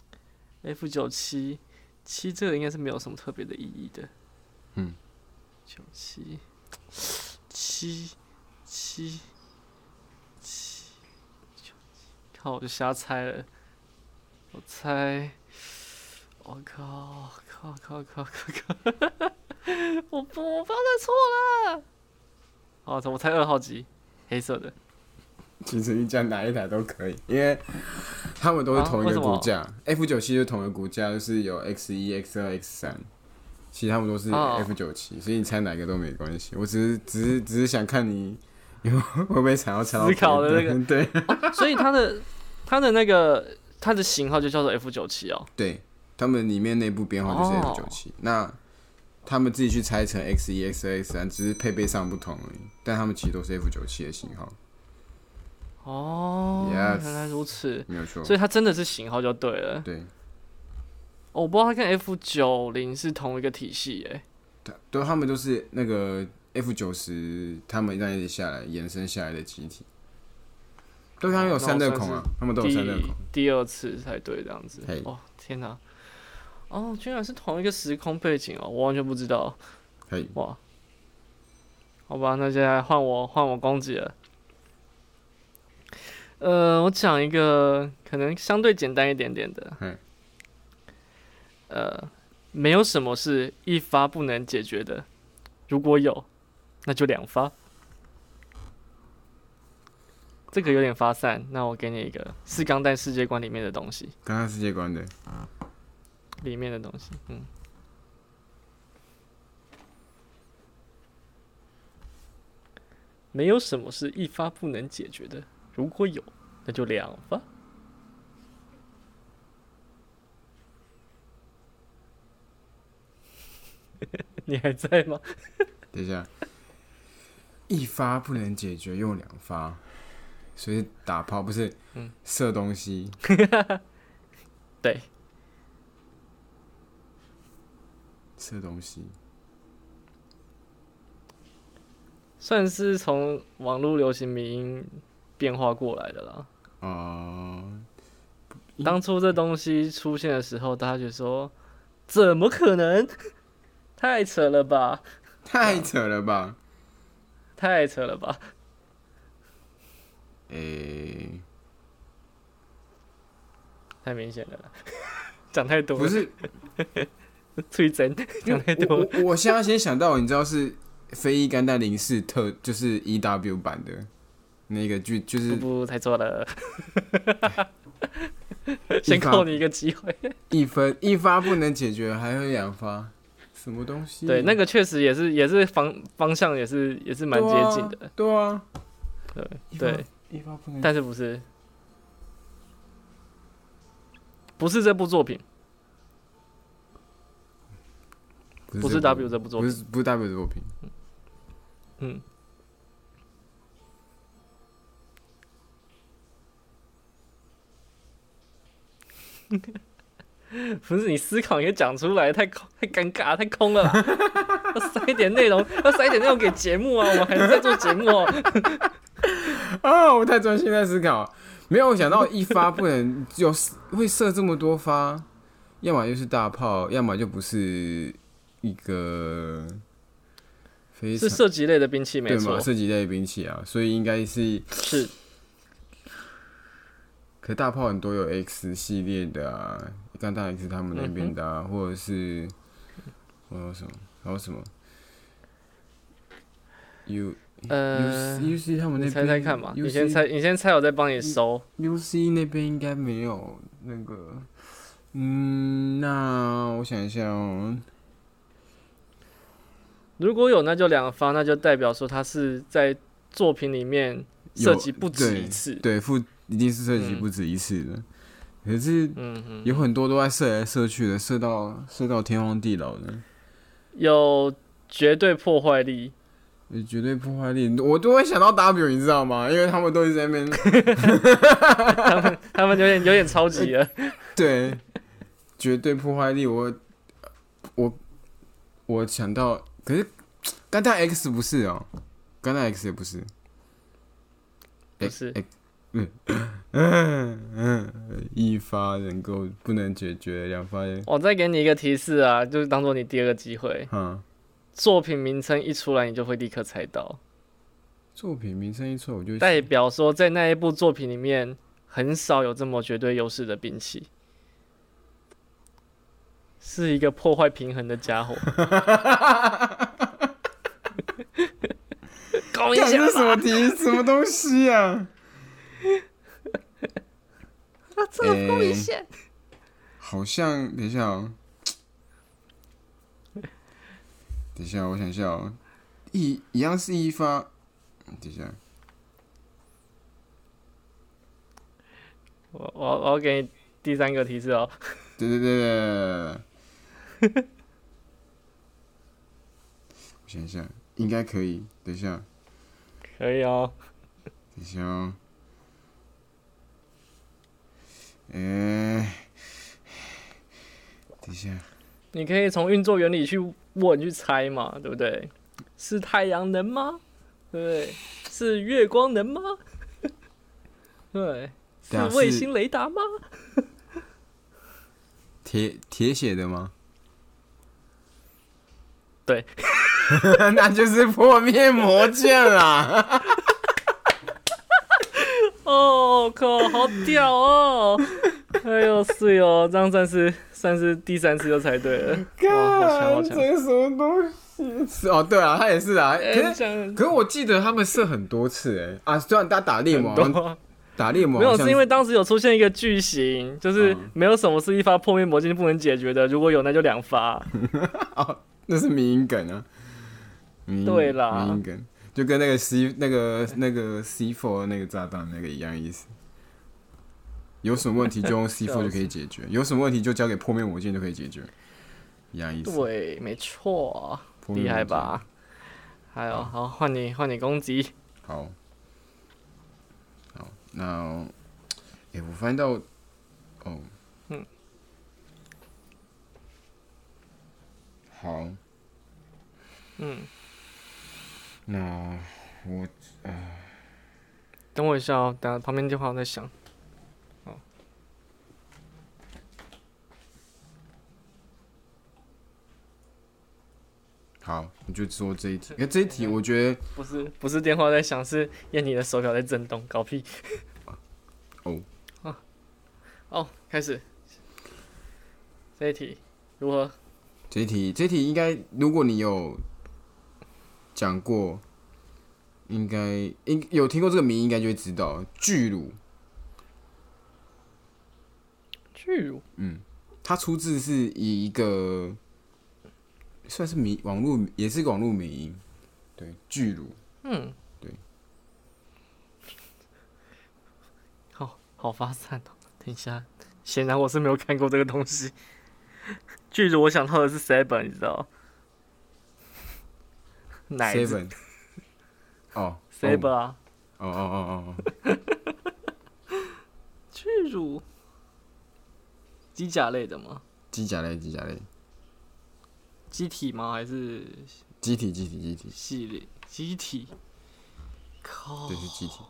F 九七七这个应该是没有什么特别的意义的。
嗯，
九七七七七九七，好，我就瞎猜了。我猜，我、靠，靠靠靠靠靠！ 我不，我不要再错了。好，我猜二号机，黑色的。
其实你讲哪一台都可以，因为他们都是同一
啊为
个
什么
骨架、f 九七就是同一个骨架，就是有 X 一、X 二、X 三，其实他们都是
哦
F 九七，所以你猜哪个都没关系。我只是只是只是想看你 有会不会想要猜到
思考的那个
别人 对
所以它的它的那个它的型号就叫做 F 九七哦。
对，他们里面内部编号就是
哦
F 九七、那他们自己去拆成 X 一、X 二、X 三，只是配备上不同而已，但他们其实都是 F 九七的型号，
哦
Yes
原来如此，
没有错。
所以它真的是型号就对了。
对，
哦，我不知道它跟 F 九零是同一个体系诶。
他对他们都是那个 F 九十，他们那一直下来延伸下来的集体，对，
哦
他们有散热孔啊，他们都有散热
第
孔，
第二次才对这样子
嘿。
哦，天哪！哦，居然是同一个时空背景哦，我完全不知道
可以。
哇。好吧，那现在换我换我攻击了。呃，我讲一个可能相对简单一点点的，
嘿，
呃，没有什么是一发不能解决的，如果有，那就两发。这个有点发散，那我给你一个四钢弹世界观里面的东西，
刚刚世界观的
里面的东西，嗯，没有什么是一发不能解决的，如果有，那就两发。 你还在吗？
等一下，一发不能解决，用两发，所以打炮不是
嗯
射东西，
对，
射东西，
算是从网络流行迷音变化过来的啦。啊
哦，嗯
当初这东西出现的时候，大家就说：“怎么可能？太扯了吧！
太扯了吧？
太扯了吧
诶，！”
太明显了啦，讲太多了，
不是
最真，讲太多
我
了。
我我现在先想到，你知道是非一甘蛋零四特，就是 E W 版的那个剧，就
不
是
不，猜错了，先
发
扣你一个机会。
一分一发不能解决，还有两发，什么东西？
对，那个确实也是也是方方向也是也是蛮接近的，
对啊，
对
对啊
对，，
一发一发不能
但是不是不是这部作品，
不
不是 W 这部作
不
品，
是不是 W 作品，
嗯，不是你思考，你就讲出来，太空太尴尬，太空了啦 要塞一点内容，要塞一点内容给节目啊，我们还是在做节目 哦、
啊，我太专心在思考，没有想到一发不能有会射这么多发， 要么就是大炮，要么就不是一个非
是
常
射击类的兵器，没
对
错
嘛，，射击类兵器啊，所以应该是。
是
可大炮很多有 X 系列的啊，钢弹 X 他们那边的
嗯
啊，或者是我有什么，还有什么 U
呃
U，U C 他们那
你猜
边，
猜看嘛，你
UC
先猜，你先猜，我再帮你搜。
，U C 那边应该没有那个，嗯，那我想一下哦，
如果有，那就两发，那就代表说他是在作品里面射
有
击不止一次。
对，负一定是射击
嗯
不止一次的，可是
嗯哼，
有很多都在射来射去的，射到射到天荒地老的。
有绝对破坏力，
有绝对破坏力，我都会想到 W，你知道吗？因为他们都一直在 那边
他们他们有点有点超级 了。
对绝对破坏力，我我我想到，可是钢弹 X 不是哦、钢弹 X 也不是，
不是
诶诶不一发能够不能解决，两发也，
我再给你一个提示啊，就是当做你第二个机会。
哈，
作品名称一出来，你就会立刻猜到，
作品名称一出来我就
代表说在那一部作品里面很少有这么绝对优势的兵器，是一个破坏平衡的家 伙。搞一
干
下
这什
吧，
么题？什么东西 啊？
啊这攻一下。
好像等一下哦，等一下，我想一下哦，一一样是一发，等一下，
我我我要给你第三个提示哦，
对对对对对对对， 我想一下，应该可以。等一下，等
可以哦。
一下哦。哎、等一下，
你可以从运作原理去问去猜嘛，对不对？是太阳能吗？对不对？是月光能吗？ 对，是
对啊
卫
是
星雷达吗？
铁铁血的吗？
对，
那就是破灭魔剑啦。
哦靠，好屌哦！ 哎呦，是哦，这样算是算是第三次就猜对了，哇，好强好
看
强！
这个什么东西？是哦，对啊，他也是啊。可
哎，
是，
讲
可是我记得他们射很多次哎、啊，虽然他打猎魔，
很多。
打猎魔
没有，
好像
是因为当时有出现一个句型，就是
嗯
没有什么是一发破灭魔镜不能解决的，如果有那就两发。
那是迷因梗啊。迷因
对啦
迷因梗就跟那个 C 那个那个 C four 那个炸弹那个一样意思。有什么问题就 用 C
笑
four 就可以解决，有什么问题就交给破灭魔剑就可以解决，一样意思。
对，没错，
破灭
厉害
魔剑？
吧？还有，好，换你，换你攻击。
好，好，那，哎、我翻到，哦，
嗯，
好，
嗯，
那我
等我一下哦，等下旁边电话我在响。
好，我就做这一题。那这一题，我觉得
不是，不是电话在响，是燕妮的手表在震动，搞屁。
哦。
啊。哦，开始。这一题如何？
这一题，这一题应该，如果你有讲过，应该应有听过这个名，应该就会知道巨乳。
巨乳。
它出自是以一个算是迷网络，也是个网络迷音，对，巨乳。
嗯，
对。
好好发散哦。等一下，显然我是没有看过这个东西。 巨乳，我想到的是 Seven，你知道？奶子
seven 哦
Seven 啊，
哦哦哦哦哦，
巨乳，机甲类的吗？
机甲类机甲类，
机体吗？还是
机体机体机体，
系列？机体？靠
对，，是机体。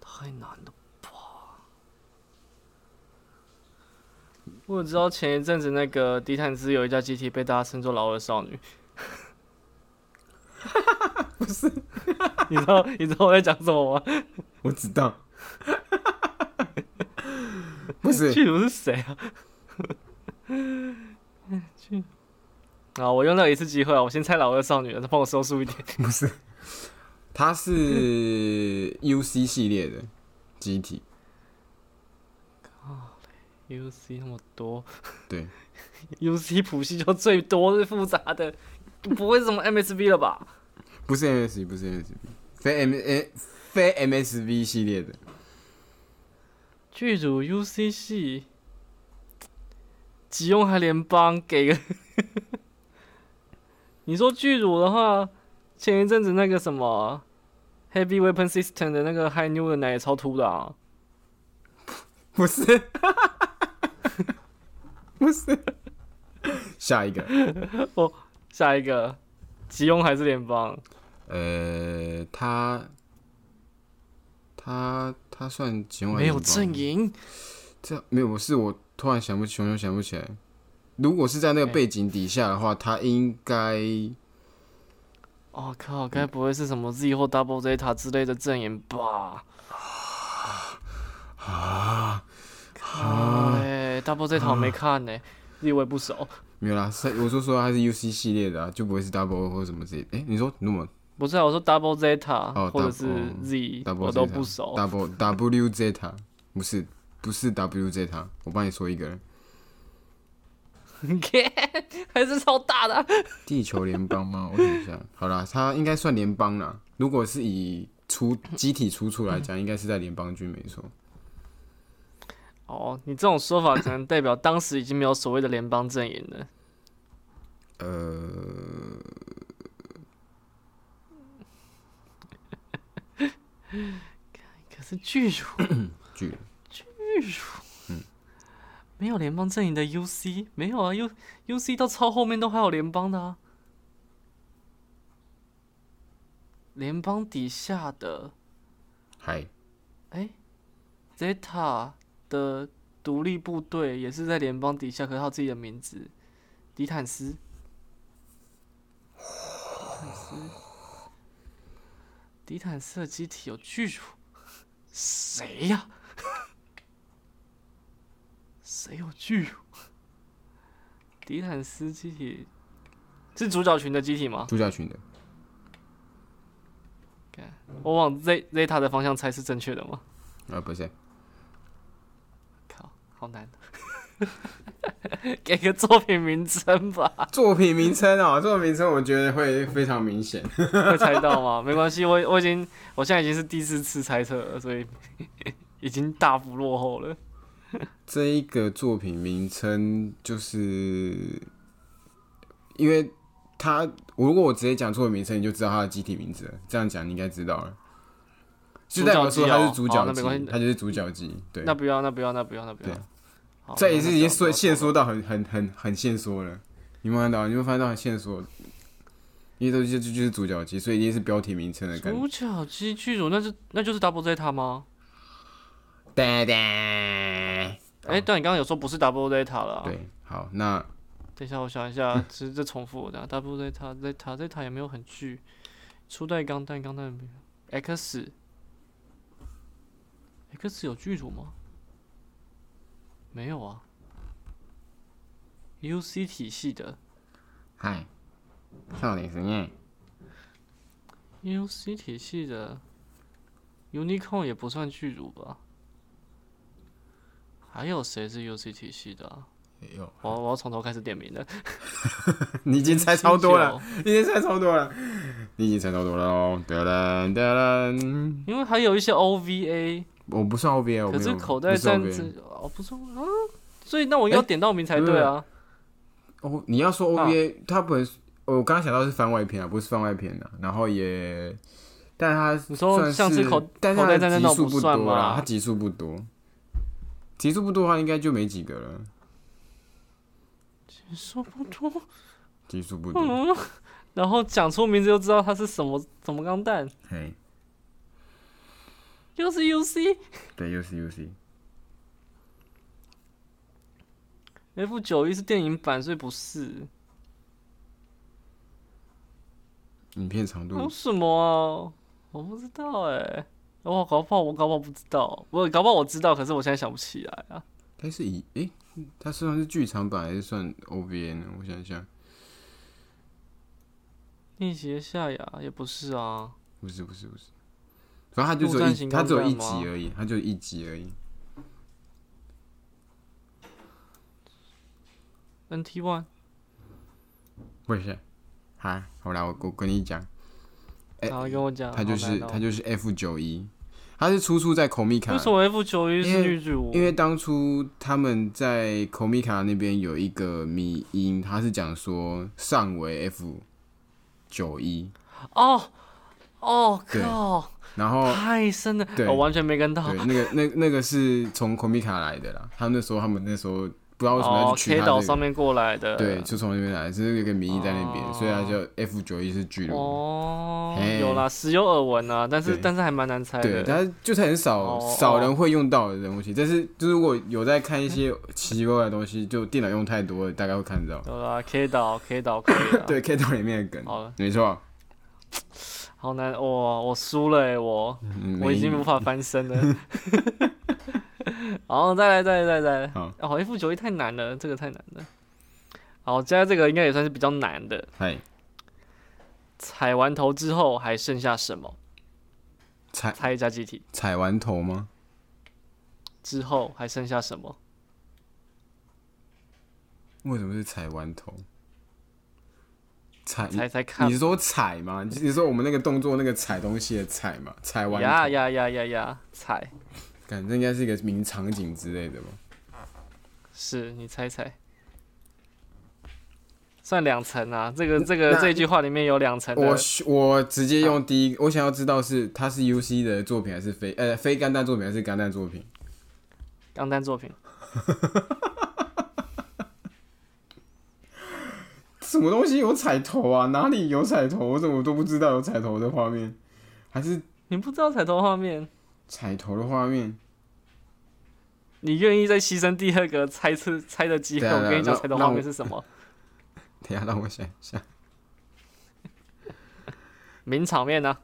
太难了吧！我知道前一阵子那个迪坦兹有一家机体被大家称作“老二少 女”，不是？ 你知道你知道我在讲什么吗？
我知道， 不是
剧组是谁啊？剧啊！我用到一次机会啊！我先猜“老二少女”了，再帮我收束一 点。
不是，它是 UC 系列的机体，
UC 那么多
对，
，UC 谱系就最多最复杂的，不会是什么 MSB 了吧？
不是 MSV，不是 MSV，非 M 诶非 MSV 系列的，
剧组 UC 系，吉用还联邦给个。你说剧组的话，前一阵子那个什么 Heavy Weapon System 的那个 High New 的奶也超凸的啊！
不是，不是，下一个，
下一个，吉用还是联邦？
呃，他他他他算前晚
没有
引爆
阵营，
这没有，是我突然想不起，熊熊想不起来。如果是在那个
哎
背景底下的话，他应该
哦靠，该不会是什么 Z 或 Double Zeta 之类的阵营吧？
啊
靠嘞，Double 哎 Zeta 我没看呢、Z 我也不熟，
没有啦。是我说说他是 UC 系列的、啊，就不会是 Double 或什么之类的。哎、你说那么
不是啊，我说 Double Zeta、
哦
或者
Double-
是
哦
Z，、
Double
我都
Zeta
不熟。
Double W Zeta 不是不是 W Zeta，我帮你说一个人，
还是超大的啊、
地球联邦吗？ 我想一下，好啦，他应该算联邦啦。如果是以出机体出处来讲，应该是在联邦军没错。
哦，你这种说法可能代表当时已经没有所谓的联邦阵营了。
呃，
可是巨乳
巨
没有联邦阵营的 UC 没有啊，U UC 到超后面都还有联邦的啊。联邦底下的
嗨，
哎、Zeta 的独立部队也是在联邦底下，可是他有自己的名字，迪坦斯。迪坦斯，迪坦斯的机体有巨乳，谁呀、谁有巨乳？迪坦斯机体是主角群的机体吗？
主角群的，
我往 Z Zeta 的方向猜是正确的吗？
啊不是，
靠，好难。 给个作品名称 吧，
作品名称哦，作品名称我觉得会非常明显。
会猜到吗？没关系，我我已经，我现在已经是第四次猜测了，所以已经大幅落后了。
这一个作品名称就是，因为它我如果我直接讲作品名称，你就知道它的集体名字了。这样讲你应该知道了，就代表说它是
主
主
角机哦
角
那没
机
关系，
它就是主角机。对
那，不要，那不要，那不要，那不要
对。
好
这也是已经
那
说
不要
线索到很很很很线索了。你有没有看到？你有没有发现到很线索？因为都就就就是主角机，所以一定是标题名称的感觉。
主角机巨乳，那就那就是 Double Zeta 吗？
哒哒，
哎、对，你刚刚有说不是 Double Zeta 了啊、
对，好，那
等一下，我想一 下，其实这重复我的 Double Zeta Zeta Zeta 也没有很巨，初代钢弹钢弹没有 X X 有巨乳吗？没有啊。U C 体系的
嗨，少年神耶。
U C 体系的 Unicorn 也不算巨乳吧？还有谁是 U C 体系的、啊？
有，
我我要从头开始点名了。
你已经猜超多了，
19，
你已经猜超多了，你已经猜超多了哦。噔噔噔，
因为还有一些 O V A。
我不算 OVA，我
可
哎哦没
是
有
口袋
不算
战
OVA
争哦，不是嗯，所以那我应该点到名才对啊。
哦，你要说
嗯
OVA，、它本我刚刚想到是番外篇啊，不是番外篇啊，然后也，但它
你说
算
像是口
但它
口袋
的
战争
集
那
数
种不算
多啦
吗，
它集数不多，集数不多的话应该就没几个了，
你说不多，
集数不多，
嗯，然后讲出名字就知道它是什么什么钢弹，
嘿，
又是 U C
对，又是 UC，
F 九一是电影版，所以不是。
影片长
还有
度
什么啊？我不知道哎、我搞不好我搞不好不知道，我搞不好我知道，可是我现在想不起来啊。
它是以诶、它算是剧场版还是算 OVA 呢？我想一下，
逆邪下雅也不是啊。
不是不是不是，反正它就只
陆
有
战型
一，它只有一
钢弹吗
集而已，它就一集而已。
N T one
不是，哈，好啦，我我跟你讲，哎
然后跟我讲，
它就
好难
是
哦
它就是 F 九一，它是出处在口密卡
为，什么 F 九一是女主？
因为当初他们在口密卡那边有一个迷音，它是讲说上为 F 九一，
哦哦
对
靠，
然后
太深了，
哦
哦
对
我完全没跟到
对。那个那那个是从口密卡来的啦，他们那时候他们那时候。不知道为什么要
哦
去取
，K
它
岛
这
上
个，
面过来的，
对，就从那边来，只是有一个名义在那边，所以它叫 F 九一是巨鹿。
哦，
嘿
有啦，时有耳闻啊，但是
对
但是还蛮难猜的。
对，它就是很少
哦
少人会用到的东西，但是就是如果有在看一些奇奇怪怪的东西，就电脑用太多了，大概会看到。
有啦，K 岛 K 岛可以了。
对，K 到里面的梗，
啊好了，
没错，
好难，我我输了哎，我
嗯
我已经
没
无法翻身 了。好，再来再来再来再
好
来。哦，F 九一太难了，这个太难了。好，接下来这个应该也算是比较难的。
嗨，
踩完头之后还剩下什么？
踩
猜一下集体
踩完头吗？
之后还剩下什么？
为什么是踩完头？踩
猜猜看
你。是说踩吗？你是说我们那个动作那个踩东西的踩嘛？踩完
呀
头，
呀呀呀呀！踩，
感这应该是一个名场景之类的吧？
是你猜猜，算两层啊。这个这个
那
这句话里面有两层的啊
我需我直接用第一，我想要知道是它是 U C 的作品还是非呃非肝蛋作品还是肝蛋作品？
钢弹作品。
什么东西有彩头啊？哪里有彩头？我怎么都不知道有彩头的画面？还是
你不知道彩头画面，
彩头的画面？
你愿意再牺牲第二个猜测猜的机会？
对啊
我跟你讲，
那
彩头
那
画
我
面是什么？
等一啊下让我想一下，
名场面呢、啊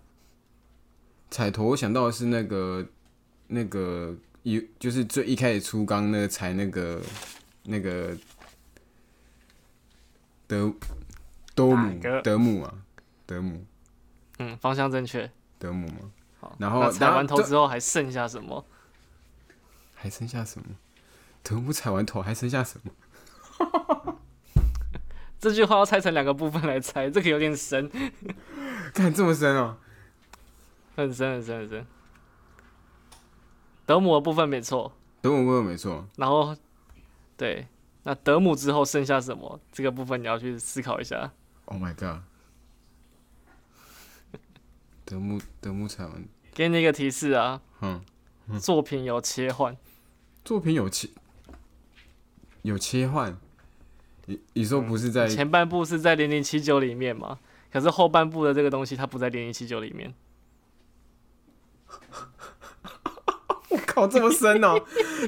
彩头我想到的是那个那个有就是最一开始出缸那个踩那个那个德多姆
哪个
德姆啊德姆
嗯，方向正确。
德姆吗？
好，
然后
那踩
然后
完头
这
之后还剩下什么？
还剩下什么？德姆踩完头还剩下什么？
这句话要拆成两个部分来猜，这个有点深，
看这么深哦、
很深很深很深。德姆的部分没错，
德姆问没错，
然后对，那德姆之后剩下什么？这个部分你要去思考一下。
Oh my god！德牧德牧彩完，
给你一个提示啊，
嗯，
作品有切换，
作品有切有切换，你你说不是在、
前半部是在零零七九里面嘛，可是后半部的这个东西它不在零零七九里面。
我 靠这么深哦、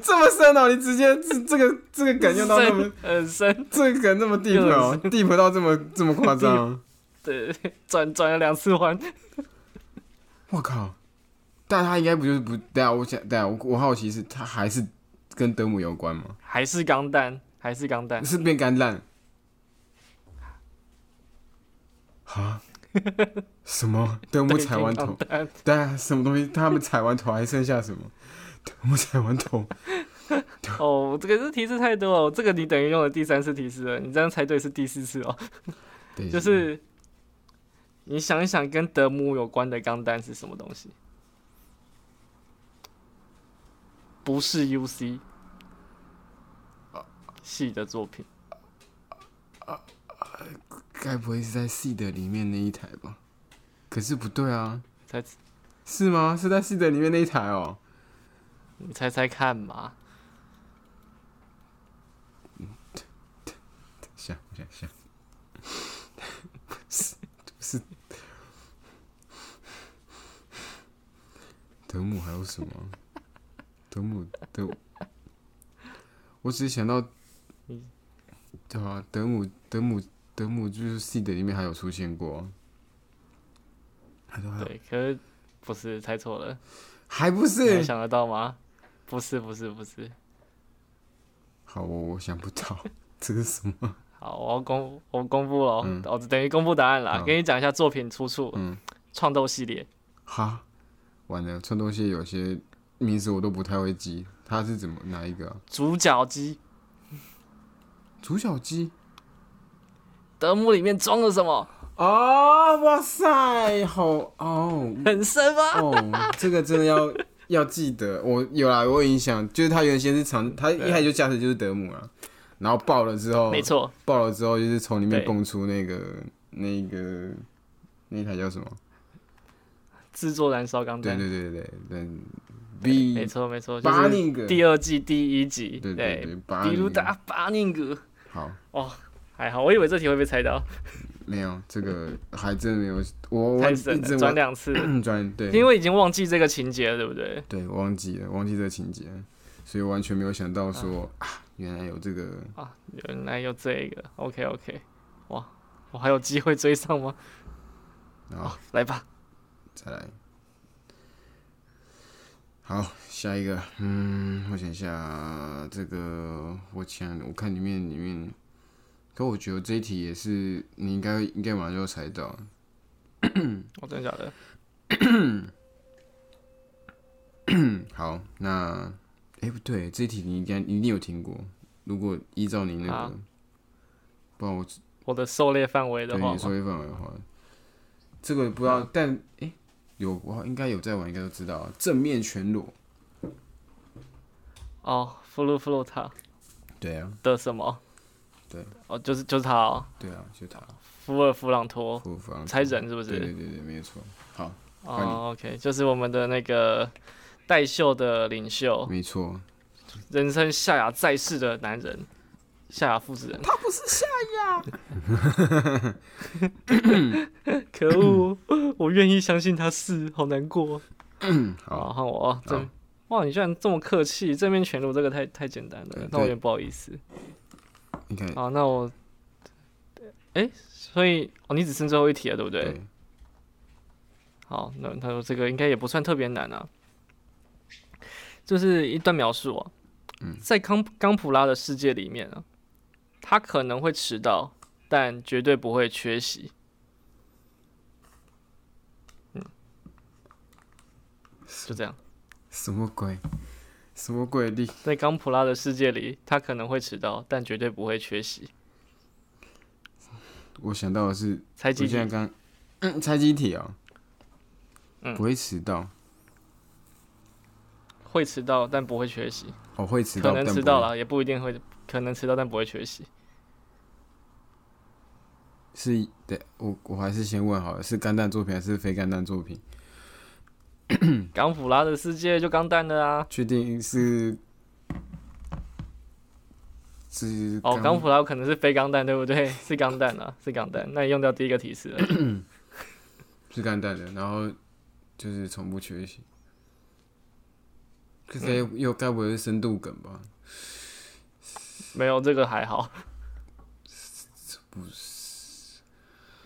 这么深哦、你直接这这个这个梗用到那么
深很深，
这个梗那么 deep 哦、d e e p 到这么这么夸张哦、
对，转转了两次弯，
我靠！但他应该不就是不？对啊，我想对啊，我我好奇是他还是跟德姆有关吗？
还是钢弹，还是钢弹，
是变干烂？啊？什么？ 德姆
对
踩完头
钢？弹
对啊，什么东西？他们踩完头还剩下什么？ 德姆踩完头，
哦，这个是提示太多了，这个你等于用了第三次提示了，你这样猜对是第四次哦。
对
就是你想一想，跟德姆有关的钢弹是什么东西？不是 UC 系的作品，
该不会是在 C 的里面那一台吧？可是不对啊，
猜
是吗？是在 C 的里面那一台哦、
你猜猜看嘛？
想我想想，不是不是，德姆还有什么？德姆德，我只是想到，
嗯
对啊，德姆德姆德姆就是 C 的里面还有出现过啊，还都还有
对，可是不是猜错 了，
还不
你还
是？
想得到吗？不是，不是，不是。
好，我我想不到这是什么。
好，我要公我公布了，
嗯
哦，等于公布答案啦。
好
给你讲一下作品出处，
嗯
创斗系列。
哈，完了，穿东西有些名字我都不太会记，他是怎么哪一个啊？
主角机
主角机
德姆里面装了什么？
哦，哇塞，好哦
很深吗？
哦，这个真的要要记得。我有啦，我有印象，就是他原先是长，他一开始就驾驶就是德姆啊，然后爆了之后，
没，错，
爆了之后就是从里面
对
蹦出那个那个那一台叫什么？
制作燃烧钢
对
弹。
对对对对，逼，
没错没错，就
巴
是
宁格，
第二季第一集，
对对对，巴
比
宁
如
格
达巴宁格，
好，
还好，我以为这题会被猜到，
没有这个还真没有，我我
太
一
神
直
了，
忘
转两次，
转对
因为已经忘记这个情节了，对不对？
对，我忘记了忘记这个情节了，所以我完全没有想到说啊，原来有这个
啊，原来有这个，OK OK，哇，我还有机会追上吗？
然后
好，来吧，
再来。好，下一个，嗯，我想一下，这个我想，我看里面里面，可我觉得这一题也是你应该应该马上就猜到，
我真的假的？
嗯，好，那，哎、不对，这一题你应该你一定有听过，如果依照你那
好
个，不然我
我的狩猎范围的
对
话嗯
你
嘛，
说一范围的话，这个不知道，但哎、诶有我应该有在玩，应该都知道，啊正面全裸，
哦，弗鲁弗鲁塔
对啊，
的什么？
对，
哦，就是就是他哦，
对啊，就他，
福尔弗朗托
不妨
猜人是不
对对
是？
对对，没有错。好，换你
哦，OK，就是我们的那个带秀的领袖，
没错。
人称夏雅在世的男人，夏雅父子人。他不 是夏 雅。可恶，我愿意相信他是，好难过。
嗯，
好，
好，
换我啊
好
正哇，你居然这么客气，正面全裸这个太太简单了
呃对，嗯
那我有点不好意思。
你看，
好，那我，哎、所以哦，你只剩最后一题了，对不对？
对，
好，那他说这个应该也不算特别难啊，就是一段描述啊，
嗯
在康冈普拉的世界里面啊，他可能会迟到，但绝对不会缺席。嗯，就这样，
什么鬼？什么鬼？你
在冈普拉的世界里，他可能会迟到，但绝对不会缺席。
我想到的是，
猜
我
几
现在
题？
刚嗯猜机体哦，
嗯
不会迟到，
会迟到，但不会缺席。
哦会迟
可
到，
能
但
迟
不
到
会
了，也不一定会，可能迟到，但不会缺席。
是对，我我还是先问好了，是干蛋作品还是非干蛋作品？嗯
冈普拉的世界就钢蛋的啊。
确定是是
哦，
干
钢普拉有可能是非钢弹，对不 对？是钢弹啊，是钢弹。那你用掉第一个提示了。
是干蛋的，然后就是从不缺席。可
嗯
是又该不会是深度梗 吧？
没有这个还好。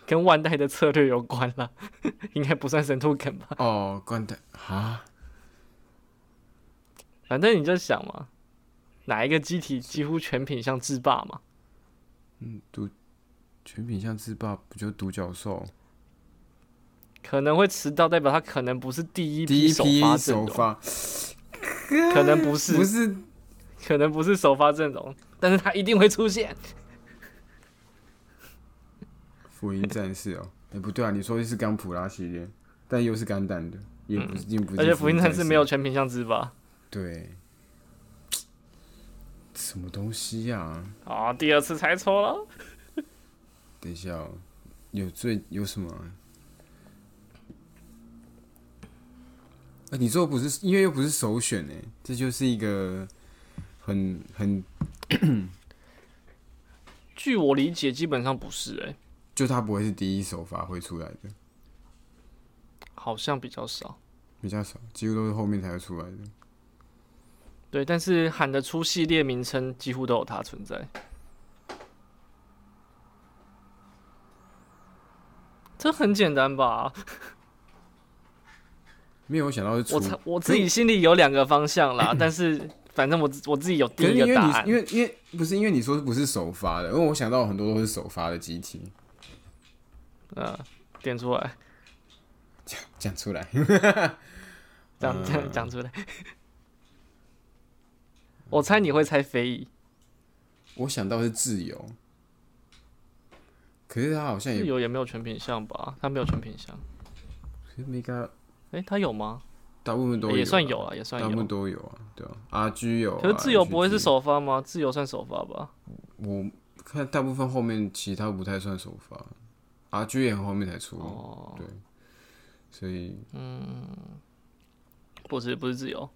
跟万代的策略有关了， 应该不算神兔梗吧？
哦，关蛋啊！
反正你就想嘛，哪一个机体几乎全品像制霸嘛？
嗯，独全品相制霸不就独角兽？
可能会迟到，代表他可能不是第一
第一
首
批
发阵
首
容，
发
可能不是，
不是
可能不是首发阵容，但是他一定会出现。
福音战士哦？哎，不对啊，你说的是刚普拉系列，但又是干蛋的，也不是，并不是。
嗯而且福音战
战
士没有全品像制霸
对，什么东西呀、
啊！第二次猜错了。
等一下、哦，有最有什么啊、啊你说不是，因为又不是首选哎，这就是一个很很
据我理解，基本上不是哎、
就他不会是第一首发挥出来的，
好像比较少。
比较少，几乎都是后面才会出来的。
对，但是喊得出系列名称，几乎都有它存在。这很简单吧？
没有想到是出
我，猜我自己心里有两个方向 啦，但是反正我自我自己有第
可是
一
因
个
为
答
你因
案。
为因为不是因为你说不是首发的，因为我想到很多都是首发的集体，
嗯，点出来，
讲出来
这
嗯
样这样讲出来。我猜你会猜非遗，
我想到是自由，可是他好像也
自由也没有全品相吧？他没有全品相。
可是没个
诶，他有吗？
大部分都
也算
啦
有啊，也算
大部分
有。
都有啊，对啊，R G 有啊、
可是自由不会是
HG
首发吗？自由算首发吧？
我看大部分后面其他不太算首发，R G 也很后面才出，
哦，
对，所以
不是不是自由，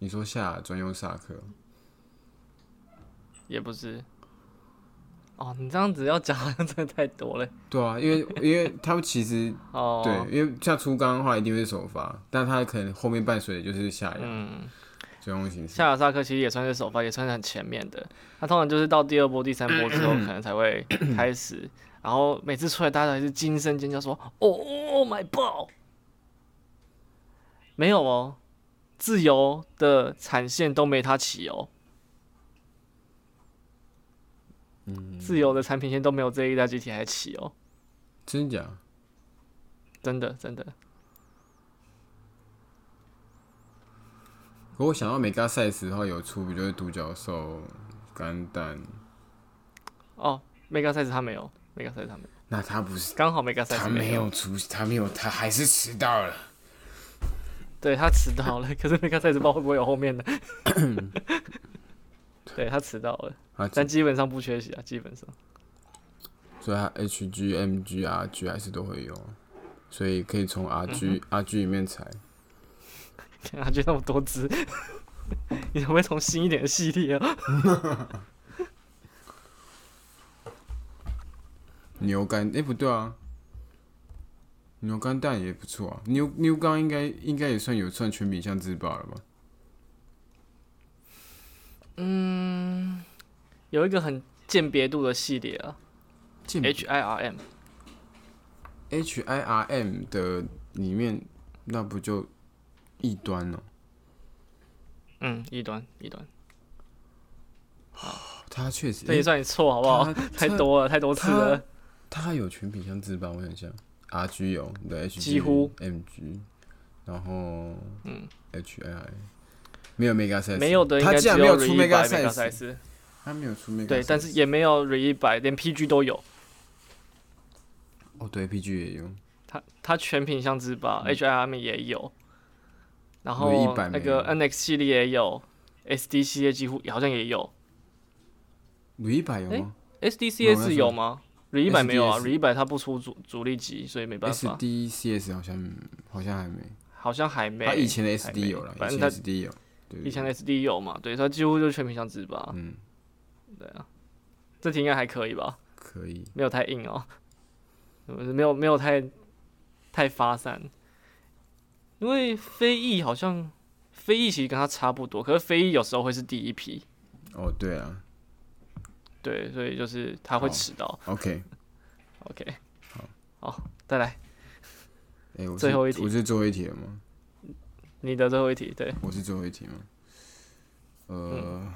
你说下专用萨克，
也不是。哦，你这样子要讲 好像真的太多了。
对啊，因为因为他们其实
哦，
对，因为像初钢的话一定会是首发，但他可能后面伴随的就是下压
嗯，
专用形式。
夏尔萨克其实也算是首发，也算是很前面的。他通常就是到第二波、第三波之后，可能才会开始。然后每次出来，大家还是惊声尖叫说：“哦哦，my ball！” 没有哦，自由的产线都没他起哦。自由的产品线都没有这一代 GTI 起哦，
真假？
真的真的。
可我想到美加赛斯的话有出，不就是独角兽、钢弹？
哦，mega size 他没有，mega size 他没有，
那他不是
刚好 mega size
他
没
没有出，他没有，他还是迟到了。
对他迟到了，可是 mega size 不知道会不会有后 面的。对他迟到了，
啊，
但基本上不缺席啊，基本上。
所以它 HG、MG、RG 还是都会有，啊所以可以从 RG、RG 里面裁。
看他就那么多只，你可不可以从新一点的系列啊？
牛肝，哎、不对啊，牛肝蛋也不错啊。牛牛肝应该应该也算有算全品相自爆了吧？
有一个很鉴别度的系列啊
进
，H I R M，
H I R M 的里面，那不就异端哦、
嗯，异端异端，
他确实，
这也
诶
算你错好不好？
他
太多了，太多次了。
他有全品相自爆，我想想，RG 有，对，HG
几乎
MG，然后嗯，H I R，没有 Mega Size，
没有的应
他
该
竟
只
然没有
有
出
Mega
Mega Size，
size，
他没有出 Mega，
对，
Size
但是也没有 Re 一百，连 PG 都有。
哦，对，PG 也有，
它它全品相自爆、h
嗯
r m 也有，然后
有一百
那
没
个
有
NX 系列也有，SD 系列几乎好像也有
鲁一百有吗
，SD 系
没
列
有那
是
时
有
候
吗？r e 一百没有啊
SDS
r e 一百它不出主主力级，所以没办法，
？SD CS 好像好像还没，
好像还没。
他以前的
还
SD
没
有了，
反
以
正
前
它
SD 有，对，
以前的 SD 有嘛，对，它几乎就是全品相自爆，
嗯，
这题应该还可以吧？
可以，
没有太硬哦，没有没有太太发散，因为飞翼好像飞翼其实跟它差不多，可是飞翼有时候会是第一批，
哦，对啊
对，所以就是它会
好
迟到。
，OK，
OK，好，好，再来
哎，我是
最后一题
我是最后一题了吗？
你的最后一题，对，
我是最后一题吗？
嗯
呃，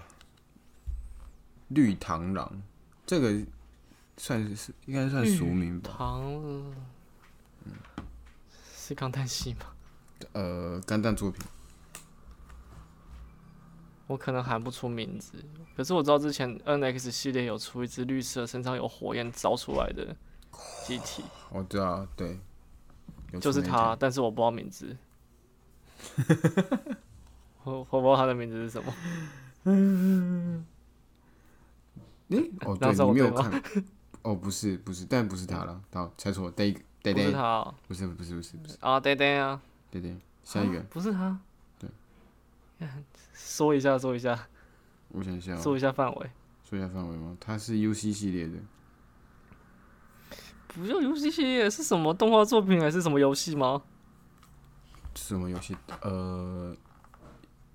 绿螳螂这个算是应该算
嗯
俗名吧？
唐，是钢弹系吗？
呃，肝蛋作品，
我可能喊不出名字，可是我知道之前 NX 系列有出一只绿色，身上有火焰烧出来的机体，
我知道，对，有
就是
出那
它，
一
但是我不知道名 字。我我不知道它的名字是什么，
题。哦，
那
对，
是我
你没有
对吗
看？哦，不是，不是，但不是他了，好，猜错了，呆呆
不是
呆，
它哦
不是，不是，不是，不是，
啊，呆呆啊，
呆呆，下一个，
不是它，
对，
说一下说一下
我想一下哦，
说一下范围，
说一下范围吗？它是 UC 系列的，
不就游戏系列是什么动画作品还是什么游戏吗？
是什么游戏？呃，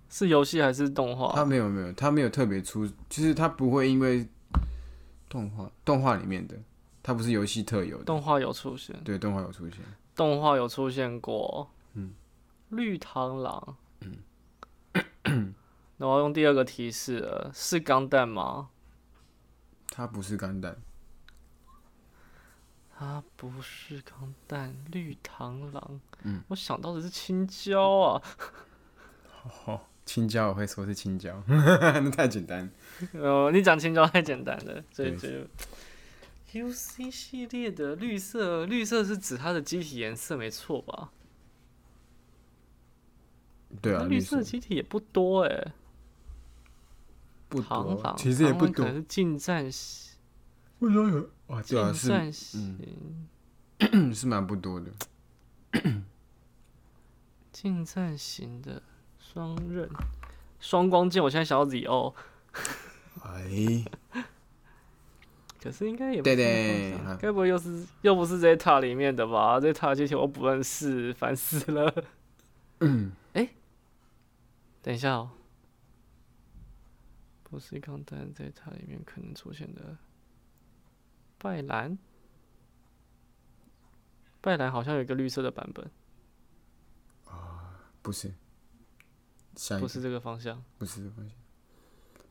是游戏还是动
他
画？
没有没有，他没有特别出，就是他不会因为动画动画里面的，他不是游戏特有的，
动画有出现，
对，动画有出现，
动画有出现过。嗯，绿螳螂。 那我要用第二个提示了，是钢弹吗？
他不是钢弹，
它啊不是钢弹，绿螳螂。嗯，我想到的是青椒啊，
青椒我会说是青椒， 那太简单，
呃，你讲青椒太简单了，所以就
对
U C 系列的绿色，绿色是指它的机体颜色没错吧？
对啊，
那
绿
绿色
色
的机体也不多哎、
不
螳
多
螂，，
其实也
螳
不
螂可
多
能，是近战系，
为什么有？哇，对啊，
近
是嗯
战型，
是 蛮不多的，
近战型的双刃，双光剑，我现在想要哦 ZO，
哎，
可是应该也不
对
是
对
双光剑该不会又是又不是 Zeta 里面的吧？Zeta 这些我不认识，烦死了。嗯，哎、等一下哦，不是钢弹 Zeta 里面可能出现的拜兰，拜兰好像有一个绿色的版本，
不是，下一
不
个
是这个方向，
不是这个方向，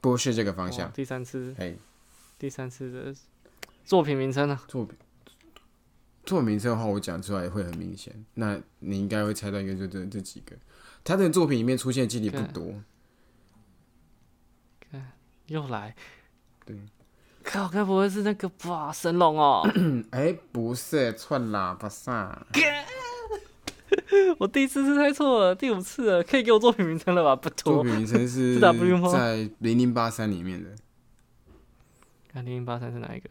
不是这个方
哇
向，
第三次
哎，
第三次的作品名称呢、啊
作品作品名称的话，我讲出来会很明显。那你应该会猜到，应该就这这几个。他的作品里面出现的机体不
看
多，
又来，
对，
靠，该不会是那个吧？神龙哦，
嗯，哎、不是串喇叭萨，
我第一次是猜错了，第五次了，可以给我作品名称了吧？不
作
妥，
品名称是
是 W 吗
在零零八三里面的
看零零八三是哪一个？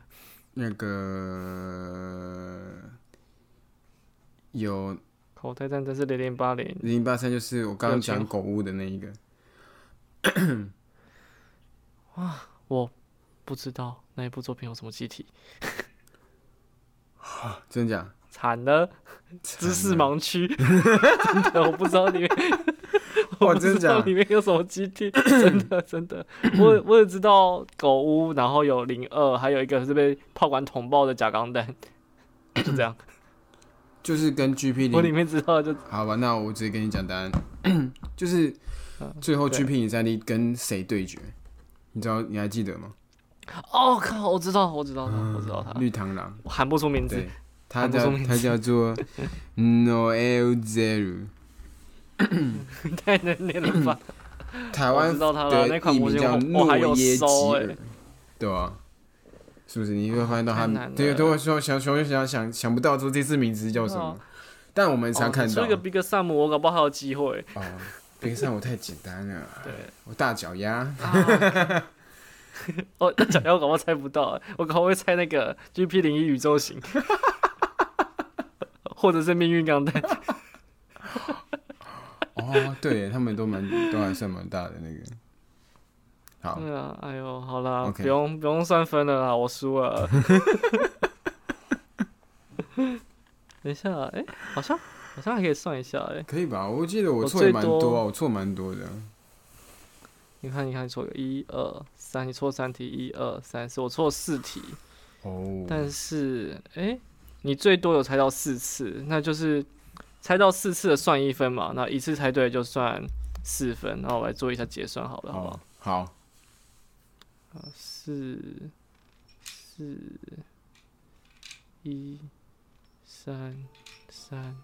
那个有
口袋战争是零零八零，
零零八三，就是我刚刚
有
讲
钱
狗屋的那一个，
我不知道那一部作品有什么机体，
真假？
惨了，知识盲区， 真的我不知道里 面，
哇
我不知
真
道
假
里面有什么机体，真的真的，我我只知道狗屋，然后有零二，还有一个是被炮管捅爆的假钢弹，就这样。
就是跟 GP
我
零
里面知道就
好吧，那我直接跟你讲答案， 就是
嗯
最后
对
GP 你战力跟谁对决？你知道你还记得吗？
哦靠，我知道，我知道他，我知道他，
绿螳螂，
我喊不出名字
对，，他
喊不出
叫
名字
他叫 做 Noel Zero，
太难念了吧？
台
我
湾
知道他了，那
的
款
艺
模
名
型
叫
我我还
诺
有
耶吉
收哎
尔，，对啊，是不是？你会发现到他
太难，了
对，都会说想想想想想不到说这次名字叫什么
哦，
但我们常
哦
看
你
到
出一个 Big Sam，我搞不好还有机会。
啊，冰上我太简单了，啊
对，
我大脚丫，
哦，那脚丫我搞不好猜不到欸，我搞不好会猜那个 GP 零一宇宙型， 或者是命运钢弹。
哦，对他们都蛮都还算蛮大的那个。好，
对啊，哎呦，好啦，
OK
不用不用算分了啦，我输了。 等一下，哎，好像好像还可以算一下，哎。
可以吧？我记得我
我
错也
最
蛮
多
多啊，我错蛮多的。
你看，你看，你错了一二三，你错三题，一二三四，我错了四题。
哦，
但是，诶，你最多有猜到四次，那就是猜到四次的算一分嘛，那一次猜对就算四分。那我来做一下结算好了，好不好
好？，哦好，
四四一三三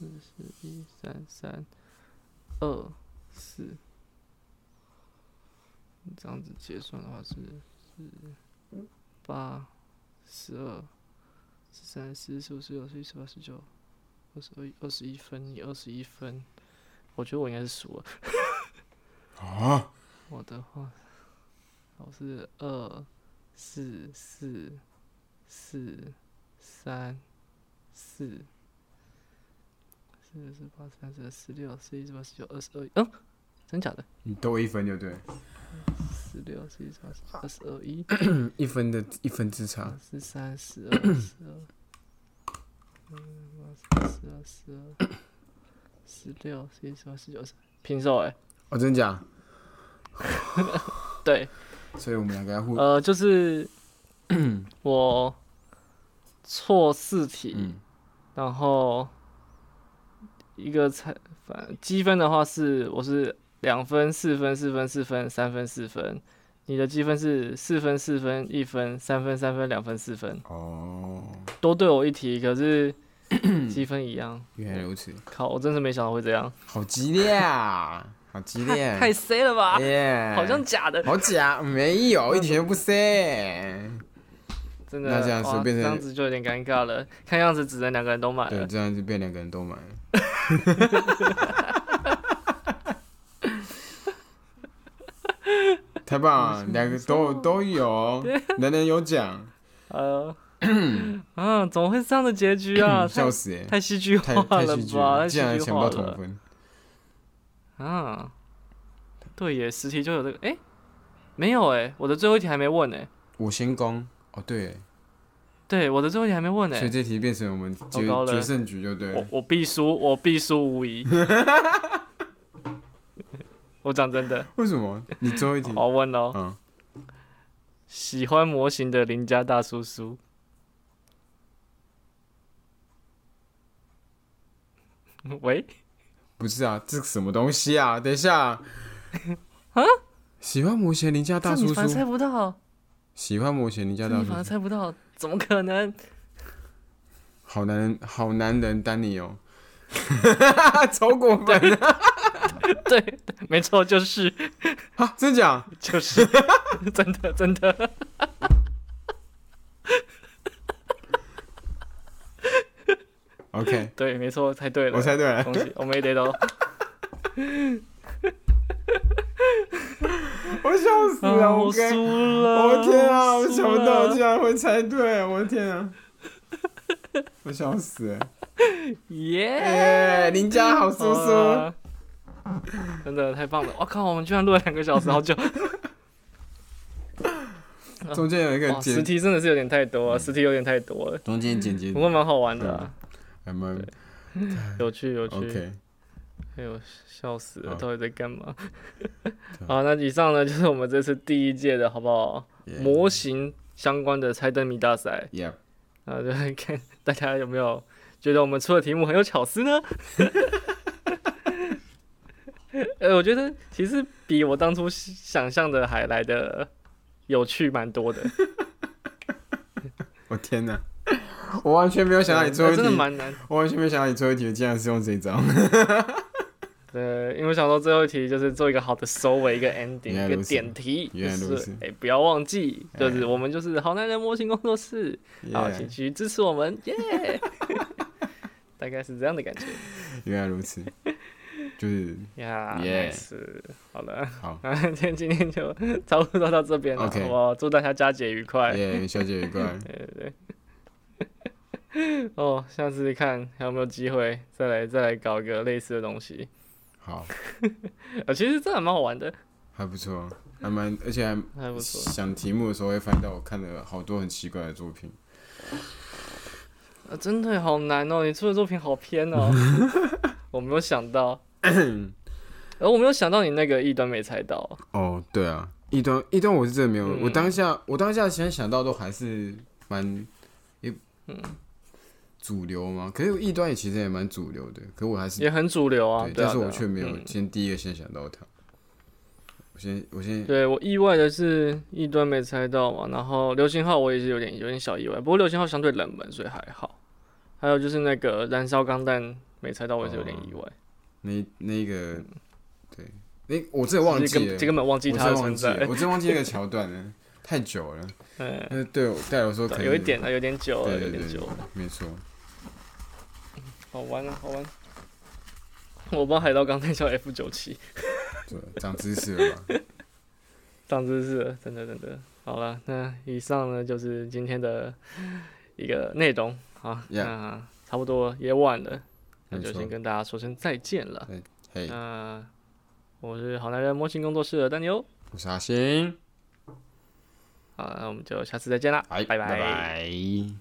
四十一三三二四，这样子结算的话是是八十二十三十四十五十六十七十八十九二十二二十一分，你二十一分，我觉得我应该是输了。
啊，
我的话，我是二四四四三四，四十八三十十六十一十八十九二十二，嗯，真假的？
你多一分就对，
十六十一十八十九二十二一
嗯一分的一分之差
二。十三十二十二，嗯，十二十二十六十一十八十九二十，平手哎、
哦，真假？
对，
所以我们两个要互，
呃，就是 我错四题，
嗯，
然后一个猜反积分的话是我是两分、四分、四分、四分、三分、四分，你的积分是四分、四分、一分、三分、三分、两分、四分，
哦，
多对我一题，可 是积分一样。
原来如此，
靠，我真是没想到会这 样，
好激烈啊，好激烈，
太太 C 了吧？
耶，
好像假的，
好假，没有一点都不塞。
真的。
那这样
哇
是变成
这样子就有点尴尬了，看样子只能两个人都买了
对，。这样就变两个人都买了。 太棒了，两个都都有， 人人有奖，
呃，啊， 怎么会是这样的 结局啊？
笑
太
死哎、
太戏剧
太
化
太
了
戏剧
吧？
了，
太
竟然
戏剧
抢
化
不到同
了。
分，
啊，对耶，十题就有这个。哎、没有哎，我的最后一题还没问哎。
五星宫哦，对，
对，我的最后一题还没问
所以
哎。
这题变成我们决
糟糕了
决胜局就对
我
了。
我必输，我必输无疑。 我讲真的，
为什么？你最后一题，
好问哦。
嗯，
喜欢模型的邻家大叔叔， 喂，
不是啊，这什么东西啊？等 一下啊，喜欢摩羯邻家大
这
叔
你反而
叔
猜，不到，
喜欢摩羯邻家
这
大
你
叔
反而
叔，
猜不到，怎么可能？
好男人，好男人丹尼 哦，超过分
对， 没错，就是
啊！真假？
就是， 真的真的，
OK，
对，没错，猜对了，
我猜对了。
恭喜，我没得 到，
我笑死了！
我
啊
啊
我跟，
输了，
我天啊！我
输
想不到
了
我竟然会猜对，我的 天啊！我笑死了！
耶，
哎，邻家好叔
好
叔，
啊真的太棒了，我靠，我们居然录了两个小时，好久。
中间有一个
哇，十
剪，
题真的是有点太多啊，十题有点太多了，
中间剪辑
不，过蛮好玩的啊、
我们
有趣有趣。
嗯 OK，
哎呦，笑死了，
好
到底在干嘛？ 好，那以上呢就是我们这次第一届的好不好？模型相关的猜灯谜大赛
y e
啊，就来看大家有没有觉得我们出的题目很有巧思呢？ 呃，我觉得其实比我当初想象的还来的有趣蛮多的。
我天哪！我完全没有想到你最后一
真的
题，
蛮难
我完全没有想到你最后一题竟然是用这一招。
对，因为我想说最后一题就是做一个好的收尾，一个 ending，
原来
一个
如此
点题，就
原来如
是
此
哎、不要忘记，就
哎
是我们就是好男人模型工作室，好，请
Yeah，
去支持我们，耶、 大概是这样的感觉
原来如此，就是
呀，
Yeah
是好了，
好
那今天今天就差不多到这边了
OK
我祝大家佳节愉快
耶，小姐过来，
对对对，哦，下次看还有没有机会再来再来搞一个类似的东西，
好，
呃，其实真的蛮好玩的，
还不错，还蛮，而且还
还不错。
想题目的时候会翻到我看了好多很奇怪的作品。
啊，真的好难哦！你出的作品好偏 哦，我没有想 到，而我没有想到你那个异端没猜到，
哦，对啊，一端一端我是真的没有，
嗯
我当下我当下先想到都还是蛮也
嗯
主流嘛，可是异端也其实也蛮主流的，可我还是
也很主流啊
对，，
对啊
但是
对
我
啊
却没有
嗯
先第一个先想到他。我先，我先，
对我意外的是异端没猜到嘛，然后流星号我也是有点有点小意外，不过流星号相对冷门，所以还好。还有就是那个燃烧钢弹没猜到，我也是有点意外，
那那个，对，那我真的忘
就是
记
根
了，
根本忘记
我
它
真
的存
忘记
在，
了，我真忘记那个桥段了，太久了。
嗯，
但是对我对我来说，可能
有一点啊，有点久了，
对
有
对
点
对
久
对
了。，
没错。
好玩啊，好玩。我帮海盗钢弹叫 F 九七。
对，长知识了吧？
长知识了，真的真的。好了，那以上呢就是今天的一个内容好，
Yeah
那差不多也晚了， 那
没
就
错
先跟嗯大家说声再见了。
嘿，
那我是好男人模型工作室的丹尼欧，
我是阿星，
好，那我们就下次再见啦，
哎，
拜
拜拜